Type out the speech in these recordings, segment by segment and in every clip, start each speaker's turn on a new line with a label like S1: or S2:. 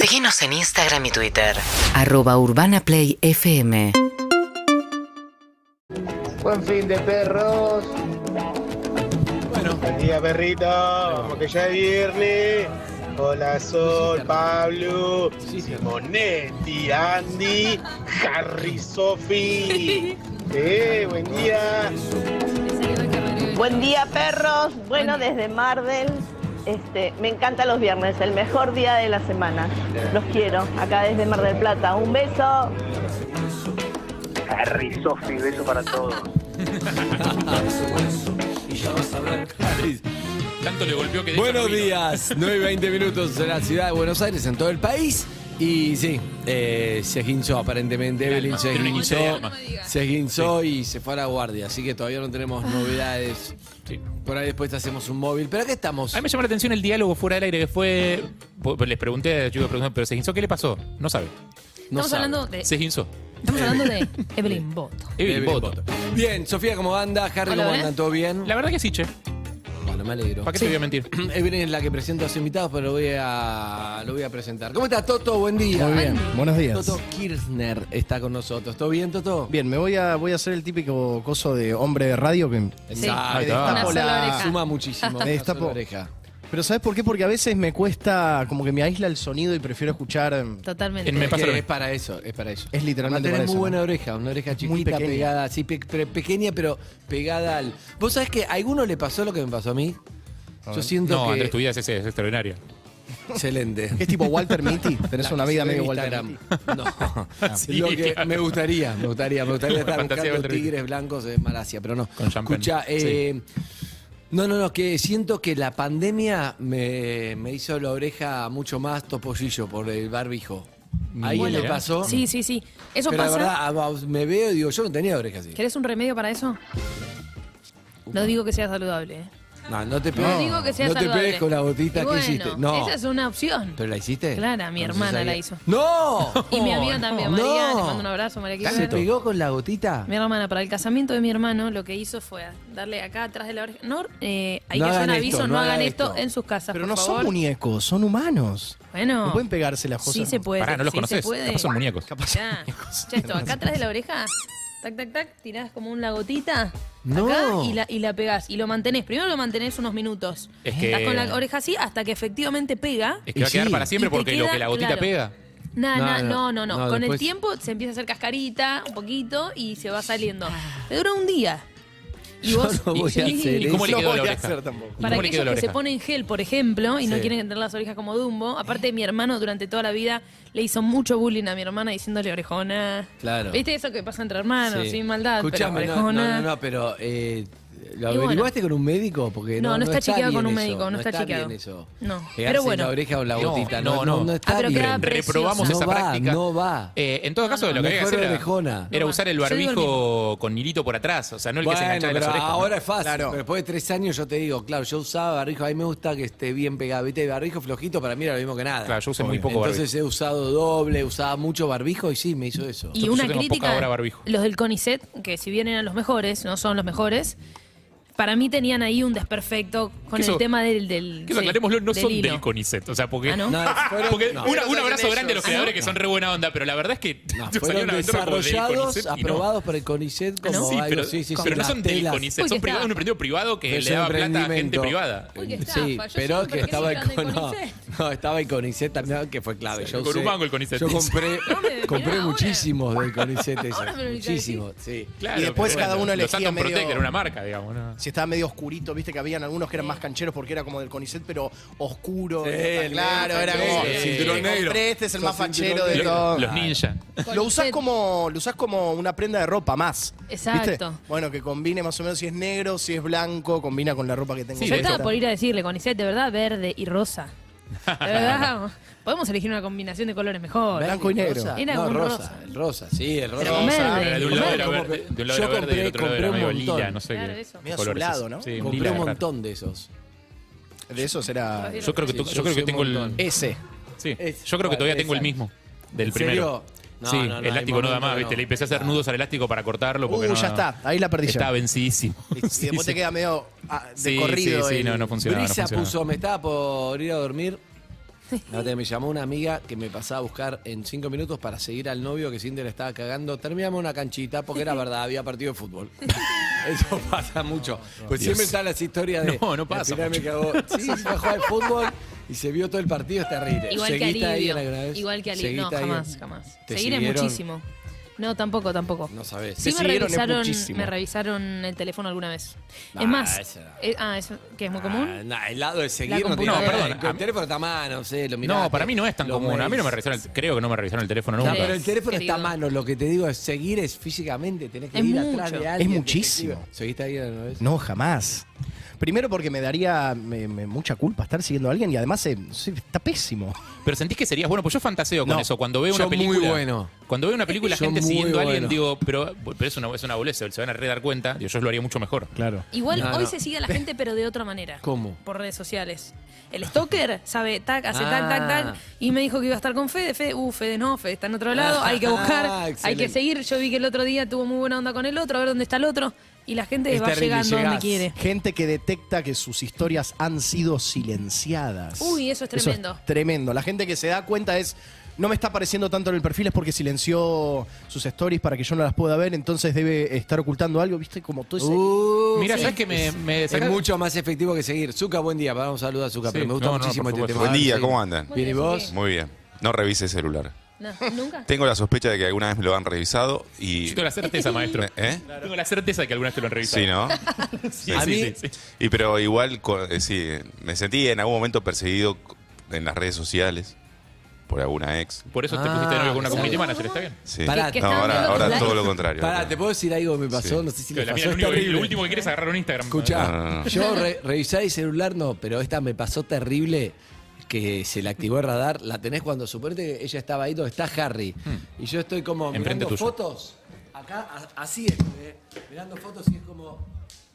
S1: Seguinos en Instagram y Twitter.
S2: Arroba Urbana Play FM.
S3: Buen fin de perros.
S4: Bueno,
S3: Buen día, perrito. Como que ya es viernes. Hola, Sol, Pablo, Simonetti, Andy, Harry, Sofi. Eh, buen día.
S5: Buen día, perros. Bueno, desde Marvel. Este, me encantan los viernes, el mejor día de la semana. Los quiero, acá desde Mar del Plata. Un beso.
S3: Harry, Sofi, beso para todos.
S6: Tanto le golpeó que deja
S4: Buenos
S6: camino.
S4: días, 9 y 20 minutos en la ciudad de Buenos Aires, en todo el país. Y sí, eh, se esguinzó aparentemente, Evelyn se
S6: tiene un
S4: esguinzó,
S6: esguince de alma.
S4: se esguinzó y se fue a la guardia. Así que todavía no tenemos novedades.
S6: Sí.
S4: Por ahí después te hacemos un móvil. Pero aquí estamos.
S6: A mí me llamó la atención el diálogo fuera del aire que fue. po- Les pregunté a los chicos, pregunté, pero se guinzó, ¿qué le pasó? No sabe.
S4: No
S7: estamos
S4: sabe.
S7: hablando de.
S6: Se guinzó.
S7: Estamos hablando de Evelyn Boto.
S6: Evelyn
S4: Evelyn
S6: Boto.
S4: Boto. Bien, Sofía, ¿cómo anda? Harry,
S7: Hola,
S4: ¿cómo
S7: ¿eh?
S4: andan? ¿Todo bien?
S6: La verdad que sí, che.
S4: Bueno, me alegro.
S6: ¿Para qué te voy a mentir?
S4: Evelyn es la que presenta a los invitados, pero lo voy a, lo voy a presentar. ¿Cómo estás, Toto? Buen día.
S8: Muy bien, buenos días.
S4: Toto Kirchner está con nosotros. ¿Todo bien, Toto?
S8: Bien, me voy a, voy a hacer el típico coso de hombre de radio que...
S7: Sí.
S4: Ah,
S6: Ahí
S4: me
S6: está.
S4: destapo
S7: Una sola
S4: la-
S7: oreja.
S4: Suma muchísimo.
S8: Me
S4: Una
S8: destapo.
S4: sola oreja.
S8: Pero ¿sabes por qué? Porque a veces me cuesta, como que me aísla el sonido y prefiero escuchar... em,
S7: Totalmente.
S6: En Me pasa
S4: Que
S6: lo mismo.
S4: es para eso, es para eso.
S8: Es literalmente
S4: Mantener
S8: para
S4: muy
S8: eso,
S4: buena
S8: ¿no?
S4: oreja, una oreja chiquita,
S8: Muy pequeña.
S4: pegada, así, pe- pe- pequeña, pero pegada al. ¿Vos sabés que a alguno le pasó lo que me pasó a mí? Yo siento
S6: No,
S4: que.
S6: Andrés, tu vida es, ese, es extraordinaria.
S4: Excelente.
S8: Es tipo Walter Mitty, tenés una vida medio Walter
S4: Instagram.
S8: Mitty.
S4: No.
S6: Sí,
S4: Lo que
S6: claro.
S4: me gustaría, me gustaría, me gustaría estar
S6: Fantasía
S4: buscando
S6: Walter Mitty.
S4: tigres blancos en Malasia, pero no.
S6: Con champán.
S4: Escucha, eh, no, no, no, que siento que la pandemia me, me hizo la oreja mucho más topollillo por el barbijo. Ahí
S6: Bueno,
S4: le pasó.
S7: Sí, sí, sí. Eso
S4: pero
S7: pasa.
S4: la verdad, a vos me veo y digo, yo no tenía orejas así.
S7: ¿Querés un remedio para eso? No digo que sea saludable. ¿eh?
S4: No, no te
S7: No,
S4: pegues.
S7: digo que sea
S4: no te
S7: saludable.
S4: pegues con la botita
S7: Y bueno,
S4: que hiciste. No.
S7: Esa es una opción.
S4: ¿Pero la hiciste?
S7: Clara, mi
S4: No, no
S7: hermana
S4: sabía.
S7: la hizo.
S4: ¡No!
S7: Y mi amiga también,
S4: no.
S7: María, le mando un abrazo, María
S4: ¿Se
S7: Quirchner.
S4: pegó con la gotita?
S7: Mi hermana, para el casamiento de mi hermano, lo que hizo fue darle acá atrás de la oreja. No, eh, ahí
S4: No
S7: que
S4: hagan
S7: suena aviso,
S4: esto,
S7: no, hagan esto, en sus casas.
S8: Pero
S7: por
S8: no
S7: favor.
S8: son muñecos, son humanos.
S7: Bueno.
S8: No pueden pegarse las cosas.
S7: Sí se puede.
S6: Pará, no los
S7: sí
S6: conoces.
S7: Se puede.
S6: Capaz son muñecos.
S7: Ya, ya esto, acá atrás de la oreja, tac, tac, tac, tirás como una gotita.
S4: No.
S7: Acá y la, y la pegás. Y lo mantenés. Primero lo mantenés unos minutos.
S6: Es que-
S7: Estás con la oreja así hasta que efectivamente pega.
S6: Es que va a
S4: Y
S6: quedar
S4: sí.
S6: para siempre
S7: Y te
S6: porque lo
S7: queda,
S6: que la gotita
S7: claro.
S6: pega.
S7: Nah,
S4: No,
S7: nah,
S4: no,
S7: no, no, no.
S4: no,
S7: Con el
S4: después-
S7: tiempo se empieza a hacer cascarita un poquito y se va saliendo. Te dura un día. Y
S4: Ah. Yo
S7: vos,
S4: no voy a
S7: sí.
S4: hacer
S6: ¿Y cómo le
S4: eso.
S6: quedó
S8: voy
S6: la
S8: a
S6: oreja?
S8: hacer tampoco.
S6: ¿Y
S7: Para
S6: cómo le quedó
S7: aquellos
S6: la
S7: que se
S6: oreja?
S7: ponen gel, por ejemplo, y no
S4: Sí.
S7: quieren tener las orejas como Dumbo. Aparte, mi hermano durante toda la vida le hizo mucho bullying a mi hermana diciéndole orejona.
S4: Claro.
S7: ¿Viste eso que pasa entre hermanos?
S4: Sí.
S7: Ah, Sin maldad,
S4: Escuchame,
S7: pero
S4: no, no,
S7: orejona.
S4: no, no, pero eh, ¿lo
S7: Y
S4: averiguaste con un médico? Porque no,
S7: No, no está chequeado
S4: bien
S7: con un
S4: eso,
S7: médico, no está chequeado.
S4: bien eso.
S7: No,
S4: Pegarse
S7: pero bueno.
S4: la oreja o la
S6: No,
S4: gotita.
S6: no,
S4: No, no,
S6: no.
S4: no está
S7: Ah, pero
S4: bien.
S7: queda
S6: Re- Reprobamos esa
S4: preciosa. No va,
S6: práctica.
S4: no va.
S6: Eh, en todo caso, lo que había que
S4: Mejor
S6: hacer era,
S4: orejona.
S6: era
S7: No
S6: usar el
S7: va. Yo digo el
S6: barbijo con hilito por atrás. O sea, no el que se
S4: Bueno,
S6: engancha de las
S4: pero
S6: orejas.
S4: ahora es fácil.
S8: Claro.
S4: Pero después de tres años yo te digo, claro, yo usaba barrijo, a mí me gusta que esté bien pegado. Viste, el barrijo flojito para mí era lo mismo que nada.
S6: Claro, yo usé muy poco
S4: Entonces
S6: barbijo.
S4: he usado doble, usaba mucho barbijo y sí, me hizo eso.
S7: Y
S6: Yo- yo
S7: una
S6: tengo poca
S7: crítica,
S6: hora barbijo.
S7: los del CONICET, que si bien eran los mejores, no son los mejores, para mí tenían ahí un desperfecto con
S6: Que eso-
S7: el tema del... del
S6: Que eso,
S7: sí,
S6: aclarémoslo, no
S7: del
S6: son
S7: hilo.
S6: del CONICET. O sea, porque.
S7: Ah, ¿no?
S4: No, fueron-
S6: porque
S4: no.
S6: una- un abrazo grande a los
S7: ¿Ah, no?
S6: creadores que son re buena onda, pero la verdad es que
S4: No,
S6: salió
S4: fueron
S6: una aventura como del
S4: desarrollados,
S6: CONICET y no.
S4: aprobados por el CONICET como
S6: Sí,
S4: algo,
S6: pero,
S4: sí, sí, sí,
S6: pero no
S4: las
S6: son del
S4: telas.
S6: CONICET,
S7: Uy,
S6: son
S7: que
S6: privados de un
S7: está.
S6: emprendimiento privado que
S4: Es
S6: le
S4: un
S6: daba plata a gente
S4: emprendimiento.
S6: privada.
S7: Uy, qué estafa,
S4: Sí,
S7: yo
S4: pero
S7: siempre
S4: que
S7: quise
S4: estaba el
S7: plan del
S4: no,
S7: CONICET.
S4: no, estaba el CONICET también, que fue clave. yo
S6: Con
S4: usé-
S6: un mango el CONICET.
S4: Yo compré,
S7: Ahora,
S4: compré
S7: mirá,
S4: muchísimos del CONICET esos,
S7: Ahora me lo dijiste.
S4: Muchísimos, sí.
S6: Claro,
S8: Y después
S6: pero
S8: cada
S6: bueno,
S8: uno
S6: Los
S8: elegía
S6: Santos
S8: medio-
S6: Protect era una marca, digamos. ¿no?
S8: Si estaba medio oscurito, viste que habían algunos que eran más cancheros porque era como del Conicet, pero oscuro.
S4: Sí,
S8: era
S4: el
S8: claro,
S4: negro,
S8: era
S4: el
S8: como.
S6: negro, el
S8: "Te
S6: cinturón
S8: compré,
S6: negro".
S8: Este es el más
S4: Los cinturón
S8: fachero de
S4: negro.
S8: todos.
S6: Los, los ninja.
S8: Lo usás como, lo usás como una prenda de ropa más. ¿viste?
S7: Exacto.
S8: Bueno, que combine más o menos si es negro, si es blanco, combina con la ropa que tengo.
S6: Sí,
S7: Yo
S6: de
S7: estaba
S6: hecho.
S7: por ir a decirle, CONICET, de verdad, verde y rosa. De verdad, podemos elegir una combinación de colores mejor.
S8: Blanco y negro.
S7: Era
S4: no,
S7: un
S4: rosa,
S7: rosa.
S4: El rosa, sí, el rosa.
S7: Pero con verde.
S6: Era de un lado era
S4: Compré-
S6: verde, de un lado
S4: yo
S6: era verde y del otro lado
S4: compré
S6: era medio
S4: un montón.
S6: lila, no sé
S7: Claro,
S6: qué.
S7: eso.
S8: Medio
S6: colores
S8: azulado,
S6: esos.
S8: ¿no?
S6: Sí, un
S4: Compré
S6: lila
S4: un
S6: raro.
S4: montón de esos.
S8: De esos era
S6: Yo creo que,
S4: Sí,
S6: tu-
S4: yo
S6: yo creo que
S4: usé un
S6: tengo el.
S4: montón.
S8: ese.
S6: Sí.
S4: Es-
S6: Yo creo que todavía
S4: Exacto.
S6: tengo el mismo. Del
S4: ¿En serio?
S6: primero.
S4: No,
S6: sí,
S4: no, no,
S6: el elástico
S4: hay
S6: no da
S4: momento
S6: más,
S4: que
S6: ¿viste?
S4: no. Ah.
S6: Le empecé a hacer
S4: Claro.
S6: nudos al elástico para cortarlo porque
S8: Uh,
S6: no-
S8: ya está, ahí la perdí yo.
S6: Estaba vencidísimo.
S8: Y, y después te queda medio ah, de
S6: Sí,
S8: corrido.
S6: sí, sí,
S8: el-
S6: no, no funcionaba. no
S4: Brisa
S6: funcionaba.
S4: puso, me estaba por ir a dormir. La otra vez me llamó una amiga que me pasaba a buscar en cinco minutos para seguir al novio que Cindy le estaba cagando. Terminamos una canchita porque era verdad, había partido de fútbol. Eso pasa mucho. Pues
S6: Dios.
S4: siempre están las historias de.
S6: No, no
S4: al
S6: pasa
S4: final me
S6: mucho.
S4: cagó. Sí, se fue a jugar al fútbol y se vio todo el partido, es terrible.
S7: Igual que
S4: ¿Seguiste ahí
S7: alivio.
S4: alguna vez?
S7: Igual que alivio. No,
S4: ¿Seguiste ahí? eh.
S7: jamás, jamás.
S4: ¿Te
S7: Seguir es
S4: siguieron?
S7: muchísimo. No, tampoco, tampoco.
S4: No sabés.
S7: Sí
S8: Te
S7: me
S8: siguieron es
S7: revisaron,
S8: muchísimo.
S7: me revisaron el teléfono alguna vez.
S4: Ah,
S7: es más,
S4: eso no.
S7: eh, ah, eso que es muy
S4: Ah,
S7: común.
S4: no, el lado de seguir no tiene
S7: computadora.
S4: nada que ver.
S6: No, perdón, a
S4: El
S6: mí-
S4: teléfono está a mano, sé, lo miraste,
S6: No, para mí no es tan
S4: lo
S6: común. A mí no me
S4: ves.
S6: revisaron el, creo que no me revisaron el teléfono
S4: No,
S6: nunca.
S4: pero el teléfono
S7: querido.
S4: está a mano. Lo que te digo es seguir es físicamente. Tenés que
S7: Es
S4: ir atrás
S7: mucho.
S4: de alguien.
S8: Es muchísimo.
S4: detective. ¿Seguiste ahí alguna vez?
S8: No, jamás. Primero porque me daría me- me- mucha culpa estar siguiendo a alguien y además eh, sí, está pésimo.
S6: Pero sentís que serías bueno, pues yo fantaseo con
S8: No,
S6: eso. Cuando veo
S4: yo
S6: una
S4: muy
S6: película.
S4: bueno.
S6: Cuando veo una película,
S4: Yo
S6: gente
S4: muy
S6: siguiendo a alguien,
S4: bueno.
S6: digo, pero, pero es una, es una boludez, se van a re dar cuenta. Digo, yo lo haría mucho mejor.
S8: Claro.
S7: Igual
S4: No,
S7: hoy
S4: no.
S7: se sigue a la gente, pero de otra manera.
S4: ¿Cómo?
S7: Por redes sociales. El stalker sabe, tac, hace
S4: Ah.
S7: tac, tac, tac. Y me dijo que iba a estar con Fede. Fede, uh, Fede no, Fede está en otro lado. hay que buscar,
S4: Ah,
S7: hay
S4: excelente.
S7: que seguir. Yo vi que el otro día tuvo muy buena onda con el otro, a ver dónde está el otro. Y la gente
S4: Es
S7: va
S4: terrible,
S7: llegando
S4: llegás.
S7: donde quiere.
S8: Gente que detecta que sus historias han sido silenciadas.
S7: Uy, eso es tremendo.
S8: tremendo. La gente que se da cuenta es. No me está apareciendo tanto en el perfil, es porque silenció sus stories para que yo no las pueda ver, entonces debe estar ocultando algo, ¿viste? Como todo ese.
S4: Uh,
S6: Mira,
S4: sí.
S6: ¿sabes que me, me
S4: Es
S6: sacaron-
S4: mucho más efectivo que seguir. Zuka, buen día. Vamos a saludar a Zuka,
S6: Sí,
S4: pero me gusta
S6: no, no,
S4: muchísimo
S6: por
S4: este
S6: supuesto.
S4: tema.
S9: Buen día,
S4: Sí.
S9: ¿cómo andan?
S4: Bien, ¿y vos?
S9: Muy bien. No revise celular.
S7: No, ¿Nunca?
S9: Tengo la sospecha de que alguna vez me lo han revisado y...
S6: Yo tengo la certeza, maestro.
S9: ¿Eh?
S6: Tengo la certeza de que alguna vez te lo han revisado.
S9: Sí, ¿no?
S6: Sí,
S4: A
S6: sí,
S4: mí-
S6: sí, sí.
S9: Y pero igual, co- eh, sí, me sentí en algún momento perseguido en las redes sociales por alguna ex.
S6: Por eso te
S4: Ah,
S6: pusiste de novio con una
S4: sí.
S6: community manager, ¿está bien?
S9: Sí.
S4: Pará,
S7: que
S9: no,
S7: estaban
S9: ahora,
S7: dando
S9: ahora
S7: likes.
S9: todo lo contrario.
S4: Pará, ¿te puedo decir algo que me pasó?
S9: Sí.
S4: No sé si
S6: Que
S4: le
S6: la
S4: pasó.
S6: mina, lo,
S4: es
S6: único que-
S4: terrible.
S6: lo último que quieres es agarrar un Instagram.
S4: Escuchá,
S9: No,
S6: Ah.
S9: no, no.
S4: yo re- revisaba el celular, no, pero esta me pasó terrible que se le activó el radar. La tenés cuando suponete que ella estaba ahí donde está Harry. Y yo estoy como
S6: Hmm. Enfrente
S4: mirando
S6: tuyo.
S4: fotos. Acá, a- así es, eh, mirando fotos y es como.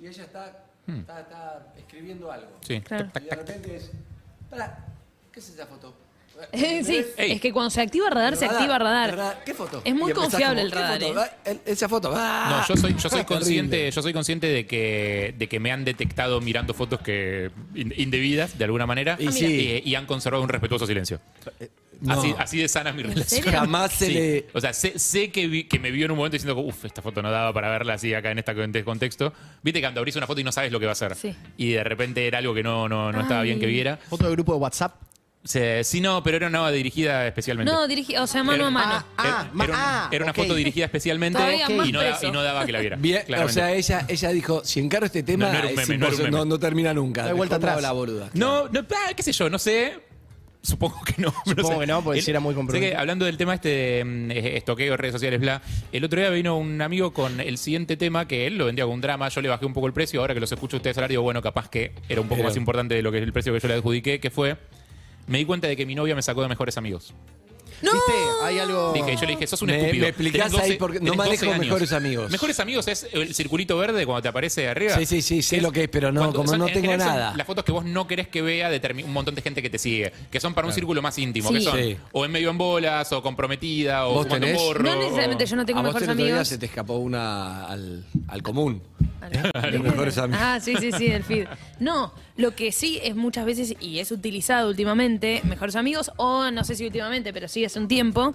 S4: Y ella está, está, está escribiendo algo.
S6: Hmm. Sí.
S7: Claro.
S6: Tac,
S4: Y
S6: tac,
S4: de
S6: tac.
S4: repente es. Pará, ¿qué es esa foto?
S7: sí,
S6: Ey.
S7: es que cuando se activa radar, se activa radar.
S4: ¿Qué foto?
S7: Es muy
S4: Y empezás
S7: confiable el
S4: ¿qué
S7: radar,
S4: foto?
S7: eh.
S4: Ah, el- Esa foto.
S6: No,
S4: Ah.
S6: yo soy, yo soy
S4: Terrible. Eh,
S6: consciente, yo soy consciente de que, de que me han detectado mirando fotos que in- indebidas de alguna manera
S4: Y sí.
S6: y, y han conservado un respetuoso silencio.
S4: eh, no.
S6: Así, así de sana es mi relación.
S7: serio?
S4: Jamás se
S6: Sí.
S4: le.
S6: O sea, sé, sé que, vi- que me vio en un momento diciendo, uff, esta foto no daba para verla así acá en este con- contexto. Viste que cuando abrís una foto y no sabes lo que va a ser.
S7: Sí.
S6: Y de repente era algo que no, no, no estaba bien que
S7: Ay.
S6: viera.
S8: Foto de grupo de WhatsApp.
S6: Se- sí, no, pero era una dirigida especialmente.
S7: No, dirige, o sea,
S4: Eh,
S7: mano a mano.
S8: Ah,
S6: era,
S8: ma-
S6: era un-
S8: ah,
S6: era una
S8: ok.
S6: foto dirigida especialmente
S7: Todavía más
S6: y, no da-
S7: preso.
S6: y no daba que la viera.
S4: Bien,
S6: claramente.
S4: o sea, ella, ella dijo, si encaro este tema,
S6: No, no era un meme,
S4: es
S6: no era un
S4: imposible,
S6: meme.
S4: no- no termina nunca.
S8: No hay vuelta
S4: Dejó
S8: atrás.
S4: La boluda.
S6: No, no, ah, qué sé yo, no sé. Supongo que no.
S8: Supongo
S6: sé.
S8: que no, porque
S6: El-
S8: si era muy
S6: sé
S8: comprometido.
S6: que hablando del tema este de mm, eh, estoqueo, redes sociales, bla. El otro día vino un amigo con el siguiente tema que él lo vendía con un drama. Yo le bajé un poco el precio. Ahora que los escucho a ustedes hablar, digo, bueno, capaz que era un poco
S4: Pero-
S6: más importante de lo que el precio que yo le adjudiqué, que fue. Me di cuenta de que mi novia me sacó de mejores amigos.
S8: ¿Viste? Hay algo.
S6: Dije, yo le dije, sos un
S4: Me-
S6: estúpido.
S4: me explicás
S6: Tenés
S4: ahí por qué- no
S6: tenés
S4: manejo
S6: 12 años".
S4: mejores amigos.
S6: Mejores amigos es el circulito verde cuando te aparece arriba.
S4: Sí, sí, sí, sé lo que es, pero no,
S6: cuando-
S4: como
S6: son-
S4: no
S6: en
S4: tengo
S6: general son
S4: nada.
S6: Las fotos que vos no querés que vea de termi- un montón de gente que te sigue, que son para un círculo más íntimo,
S7: Sí.
S6: que son
S4: Sí.
S6: o en medio en bolas, o comprometida, o
S4: ¿Vos
S6: fumando
S4: tenés?
S6: porro.
S7: No necesariamente yo no tengo
S4: a vos
S7: mejores
S4: el otro día
S7: amigos.
S4: se te escapó una al, al común.
S7: Al-
S4: De mejores amigos.
S7: Ah, sí, sí, sí, del feed. No, lo que sí es muchas veces, y es utilizado últimamente, mejores amigos, o no sé si últimamente, pero sí hace un tiempo,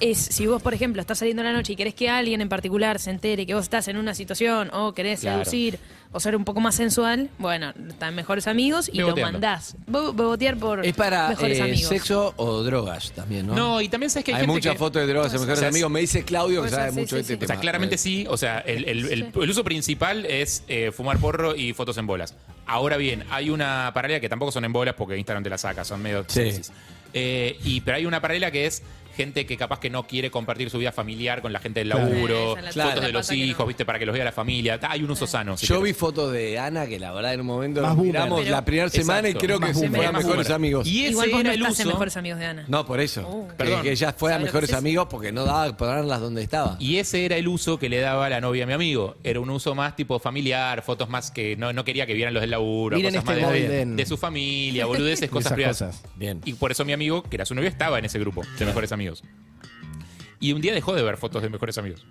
S7: es si vos, por ejemplo, estás saliendo a la noche y querés que alguien en particular se entere que vos estás en una situación, o querés
S6: Claro.
S7: seducir, o ser un poco más sensual, bueno, están mejores amigos y lo
S6: Beboteando.
S7: mandás. Bo- Bebotear por
S4: Es para
S7: mejores
S4: eh,
S7: amigos.
S4: sexo o drogas también, ¿no?
S6: No, y también sabes que hay,
S4: hay
S6: gente
S4: muchas
S6: que-
S4: fotos de drogas en mejores
S6: Cosas.
S4: amigos. Me dice Claudio que
S7: Cosas,
S4: sabe
S7: sí,
S4: mucho
S7: sí,
S4: de este
S7: sí.
S6: O
S4: tema.
S6: sea, claramente sí, o sea, el, el- el- el uso principal es eh, fumar porro y fotos en bolas. Ahora bien, hay una paralela que tampoco son en bolas porque Instagram te la saca, son medio
S4: Sí.
S6: sexys. Eh, y Pero hay una paralela que es gente que capaz que no quiere compartir su vida familiar con la gente del
S4: Claro.
S6: laburo,
S7: Esa es la
S4: Claro.
S6: fotos de
S7: la
S6: los
S7: pata que no.
S6: hijos, viste, para que los vea la familia. Hay un uso sano. si
S4: Yo vi
S6: querés.
S4: fotos de Ana que la verdad en un momento
S8: Más
S4: nos
S8: boomer.
S4: miramos
S7: Pero-
S4: la primera semana y
S6: Exacto.
S4: creo que
S6: Más
S4: sí,
S6: boomer.
S4: fueron
S6: Más
S4: mejores
S6: boomer.
S4: amigos.
S6: Y ese
S7: Igual vos no
S6: era el
S7: estás en
S6: uso. Uh.
S7: mejores amigos de Ana.
S4: No, por eso.
S7: Oh.
S4: Que-
S6: Perdón.
S4: Que ella fue a
S7: ¿Sabes lo que
S4: mejores
S7: es?
S4: amigos porque no daba para ponerlas donde estaba.
S6: Y ese era el uso que le daba la novia a mi amigo. Era un uso más tipo familiar, fotos más que no, no quería que vieran los del laburo,
S8: Miren
S6: cosas
S8: este
S6: más de-
S8: móvil
S6: de,
S8: en-
S6: de su familia, boludeces, cosas
S8: Esas
S6: privadas.
S8: cosas.
S4: Bien.
S6: Y por eso mi amigo, que era su novio, estaba en ese grupo de mejores amigos. Y un día dejó de ver fotos de mejores amigos.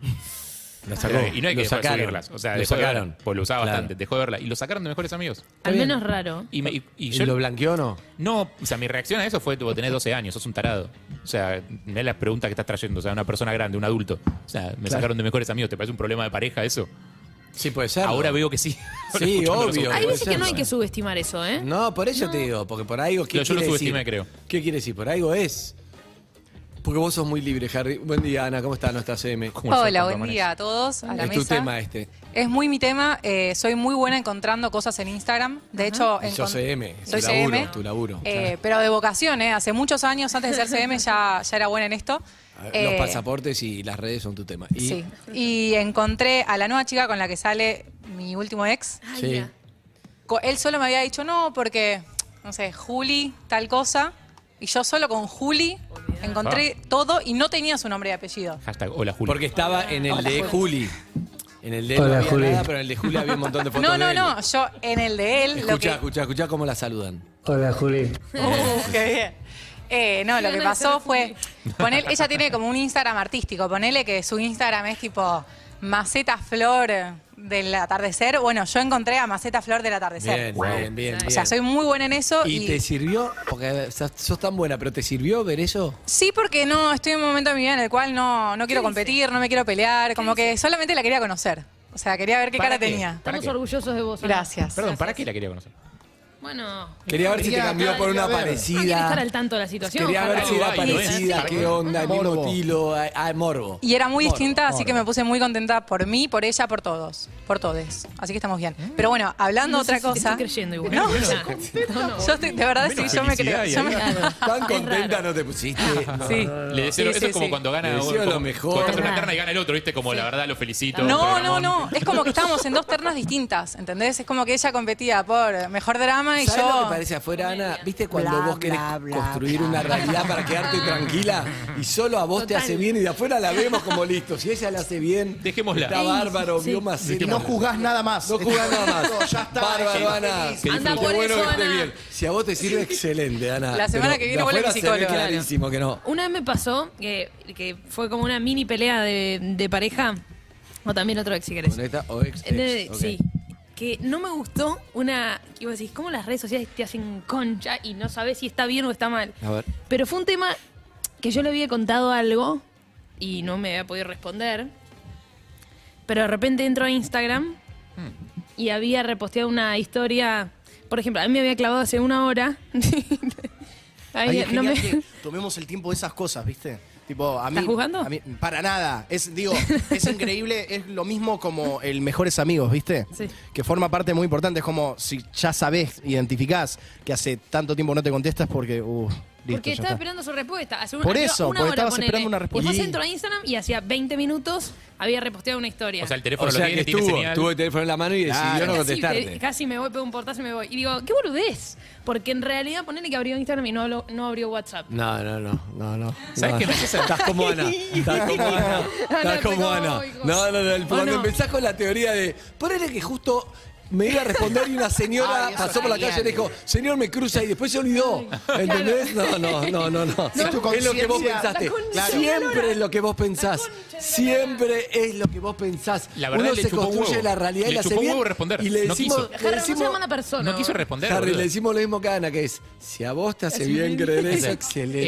S4: Lo sacó.
S6: Y no hay que
S4: lo
S6: dejar de
S4: sacaron.
S6: subirlas. O sea,
S4: lo
S6: dejó de
S4: sacaron.
S6: verlas, pues lo usaba
S4: Claro.
S6: bastante, dejó de verla. Y lo sacaron de mejores amigos.
S7: Al
S4: bien.
S7: menos raro.
S6: Y, me- y- y
S4: ¿Y
S6: yo
S4: lo blanqueó o no?
S6: No, o sea, mi reacción a eso fue, tipo, tenés 12 años, sos un tarado. O sea, no es la pregunta que estás trayendo, o sea, una persona grande, un adulto. O sea, me sacaron de mejores amigos, ¿te parece un problema de pareja eso?
S4: Sí, puede ser.
S6: Ahora veo que sí.
S4: Sí,
S6: Escuchando los
S4: obvio.
S6: otros.
S7: Hay
S4: puede
S7: veces que
S4: ser,
S7: no hay
S4: ¿no?
S7: que subestimar eso, ¿eh?
S4: No, por eso te digo, porque por algo ¿qué
S6: Yo lo
S4: quiere
S6: subestimé,
S4: decir?
S6: creo.
S4: ¿Qué quiere decir? Por algo es. Porque vos sos muy libre, Harry. Buen día, Ana, ¿cómo está nuestra CM?
S6: ¿Cómo le fue
S10: Hola,
S6: cuando
S10: buen
S6: amanece?
S10: día a todos, a la
S4: es
S10: mesa.
S4: tu tema este.
S10: Es muy mi tema. eh, soy muy buena encontrando cosas en Instagram. De hecho,
S4: Y sos
S10: encon-
S4: CM, es tu
S10: soy
S4: laburo,
S10: CM.
S4: tu laburo.
S10: Eh, Pero de vocación, ¿eh? Hace muchos años, antes de ser CM, ya, ya era buena en esto.
S4: Claro.
S10: Eh,
S4: Los pasaportes y las redes son tu tema. Y,
S10: Sí. Y encontré a la nueva chica con la que sale mi último ex.
S7: Ay,
S4: Sí.
S7: mira.
S10: Co- Él solo me había dicho no porque, no sé, Juli, tal cosa. Y yo solo con Juli encontré
S6: Ah.
S10: todo y no tenía su nombre y apellido.
S6: Hashtag hola Julio.
S4: Porque estaba en el de Juli. En el de no había nada, pero en el de Juli había un montón de fotos
S10: No,
S4: de
S10: no,
S4: él.
S10: no. Yo en el de él. lo
S4: Escuchá,
S10: que-
S4: escuchá, escuchá cómo la saludan.
S10: Uh, qué bien. Eh, no, lo que pasó fue, ponele- ella tiene como un Instagram artístico, ponele que su Instagram es tipo Maceta Flor del atardecer. Bueno, yo encontré a Maceta Flor del atardecer.
S4: Bien, bien, bien,
S10: O sea,
S4: bien.
S10: soy muy buena en eso
S4: ¿Y,
S10: y,
S4: te sirvió? Porque sos sos tan buena, pero ¿te sirvió ver eso?
S10: sí porque no estoy en un momento de mi vida en el cual no, no quiero competir, no me quiero pelear, como que solamente la quería conocer. O sea, quería ver qué
S6: ¿Para
S10: cara
S6: qué?
S10: tenía.
S6: ¿Para
S7: Estamos
S6: qué?
S7: orgullosos de vos. Ana.
S10: Gracias.
S6: Perdón, ¿para qué la quería conocer?
S7: Bueno, no
S4: Quería ver si te
S8: Quería-
S4: cambió por
S8: quería
S4: una
S8: ver.
S7: quiere
S4: parecida.
S7: estar al tanto de la situación.
S4: Quería ver
S7: Fernando.
S4: si era
S6: Ay, no es.
S4: parecida, qué onda, el mismo
S8: Morbo.
S4: estilo. Ah, ah, morbo.
S10: Y era muy
S4: Morbo,
S10: distinta, así que
S4: morbo.
S10: me puse muy contenta por mí, por ella, por todos, por todes. Así que estamos bien.
S6: Mm.
S10: Pero bueno, hablando
S7: No sé
S10: otra
S7: si te
S10: cosa.
S7: estoy creyendo igual.
S10: No,
S7: Bueno,
S10: no, yo estoy- de verdad sí,
S6: Menos
S10: yo me
S6: felicidad
S10: creo.
S6: hay
S10: yo me-
S6: ahí.
S4: Tan
S7: Es
S4: contenta
S7: raro.
S4: no te pusiste. No.
S10: Sí.
S6: Le deseo,
S10: Sí,
S6: eso
S10: sí,
S6: es como
S10: sí.
S6: cuando gana
S4: Le deseo
S6: como-
S4: lo mejor.
S6: cuando estás en una
S7: Verdad.
S6: terna y gana el otro, ¿viste? Como la verdad, lo felicito.
S10: No,
S6: programón.
S10: no, no. Es como que estábamos en dos ternas distintas, ¿entendés? Es como que ella competía por mejor drama y
S4: ¿Sabes lo que
S10: yo.
S4: parece afuera, Ana? ¿Viste cuando
S5: Bla,
S4: vos querés
S5: bla, bla,
S4: construir
S5: bla,
S4: una
S5: bla.
S4: realidad para quedarte tranquila y solo a vos te
S7: Total.
S4: hace bien y de afuera la vemos como listo? Si ella la hace bien,
S6: Dejémosla.
S4: está
S6: Sí,
S4: bárbaro,
S7: sí.
S4: vio más
S8: Y no jugás nada más.
S4: No jugás nada más.
S8: No, ya está.
S4: Bárbaro, Ana.
S8: Feliz.
S4: Qué
S7: Anda
S4: difícil.
S7: por
S4: bueno
S7: eso,
S4: que esté
S7: Ana.
S4: bien. Si a vos te sirve, excelente, Ana.
S10: La semana
S4: Pero
S10: que viene
S4: de
S10: vuelve mi
S4: afuera se ve
S10: psicóloga, Ana.
S4: clarísimo que no.
S7: Una vez me pasó que, que fue como una mini pelea de, de pareja, o también otro ex si querés.
S4: Con esta o ex, ex,
S7: Eh,
S4: ok.
S7: Sí. Que no me gustó una. Que vos decís, ¿cómo las redes sociales te hacen concha y no sabes si está bien o está mal?
S4: A ver.
S7: Pero fue un tema que yo le había contado algo y no me había podido responder. Pero de repente entro a Instagram
S8: Hmm.
S7: y había reposteado una historia. Por ejemplo, a mí me había clavado hace una hora. Ahí
S8: Ahí es
S7: no me-
S8: genial que tomemos el tiempo de esas cosas, ¿viste? Tipo, a mí,
S7: ¿Estás jugando?
S8: a mí- para nada. Es, digo, es increíble, es lo mismo como el Mejores Amigos, ¿viste?
S7: Sí.
S8: Que forma parte muy importante. Es como si ya sabés, identificás que hace tanto tiempo no te contestas porque, uh, listo,
S7: Porque
S8: ya
S7: estaba
S8: está.
S7: esperando su respuesta. Hace un-
S8: Por
S7: había
S8: eso,
S7: una
S8: porque
S7: hora,
S8: estabas
S7: ponele.
S8: esperando una respuesta.
S7: Y después
S8: Y-
S7: entro a Instagram y hacía 20 minutos había reposteado una historia.
S6: O sea, el teléfono
S4: O sea
S6: lo
S4: que
S6: tiene, tiene
S4: estuvo,
S6: señal.
S4: tuvo el teléfono en la mano y decidió
S8: Claro.
S4: no
S7: casi,
S4: contestarte.
S7: te- casi me voy, pego un portazo y me voy. Y digo, qué boludez. Porque en realidad ponele que abrió Instagram y no, hablo- no abrió WhatsApp.
S4: No, no, no, no, no.
S6: ¿Sabes
S4: no.
S6: qué me hace sentir?
S4: Estás como Ana. Estás como Ana. Estás
S7: Ana,
S4: como
S7: pero
S4: Ana.
S7: hijo.
S4: No, no, no. el-
S7: ¿O
S4: Cuando
S7: no?
S4: empezás con la teoría de. Ponele que justo. Me iba a responder y una señora
S8: Ay, eso
S4: pasó por la
S8: genial.
S4: calle y le dijo, señor, me cruza y después se olvidó. ¿Entendés? No, no, no, no, no.
S8: Es tu
S4: lo que vos
S8: conciencia.
S4: pensaste.
S7: La concha de la
S4: Siempre
S7: lora.
S4: es lo que vos pensás. Siempre es lo que vos pensás.
S6: La verdad,
S4: Uno
S6: le
S4: se
S6: chupó un
S4: construye
S6: huevo.
S4: la realidad y
S6: Le
S4: la hace
S6: chupó un
S4: bien
S6: huevo responder.
S4: Y le
S6: No
S4: decimos,
S6: quiso.
S4: le
S7: Jarra, no
S4: decimos,
S7: sea mala persona.
S6: No quiso responder.
S4: Harry,
S6: boludo.
S4: le decimos lo mismo que a Ana, que es, si a vos te hace bien creer eso, excelente.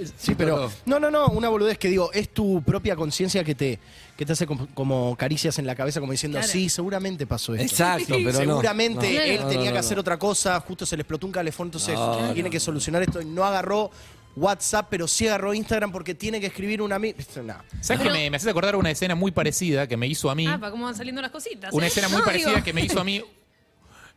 S6: Eh,
S8: Sí, pero. No, no, no, una boludez que digo, es tu propia conciencia que te, que te hace com- como caricias en la cabeza, como diciendo,
S7: Claro.
S8: sí, seguramente pasó esto.
S4: Exacto, pero no.
S8: Seguramente
S4: No.
S8: él
S7: No,
S8: tenía
S4: no,
S8: que
S4: no.
S8: hacer otra cosa, justo se le explotó un calefón, entonces tiene que solucionar esto. y No agarró WhatsApp, pero sí agarró Instagram porque tiene que escribir una... mi- Esto, No.
S6: ¿Sabes que me, me haces acordar una escena muy parecida que me hizo a mí?
S7: Ah, pa, cómo van saliendo las cositas.
S6: una
S7: ¿eh?
S6: escena muy
S7: No,
S6: parecida
S7: digo,
S6: que me hizo a mí.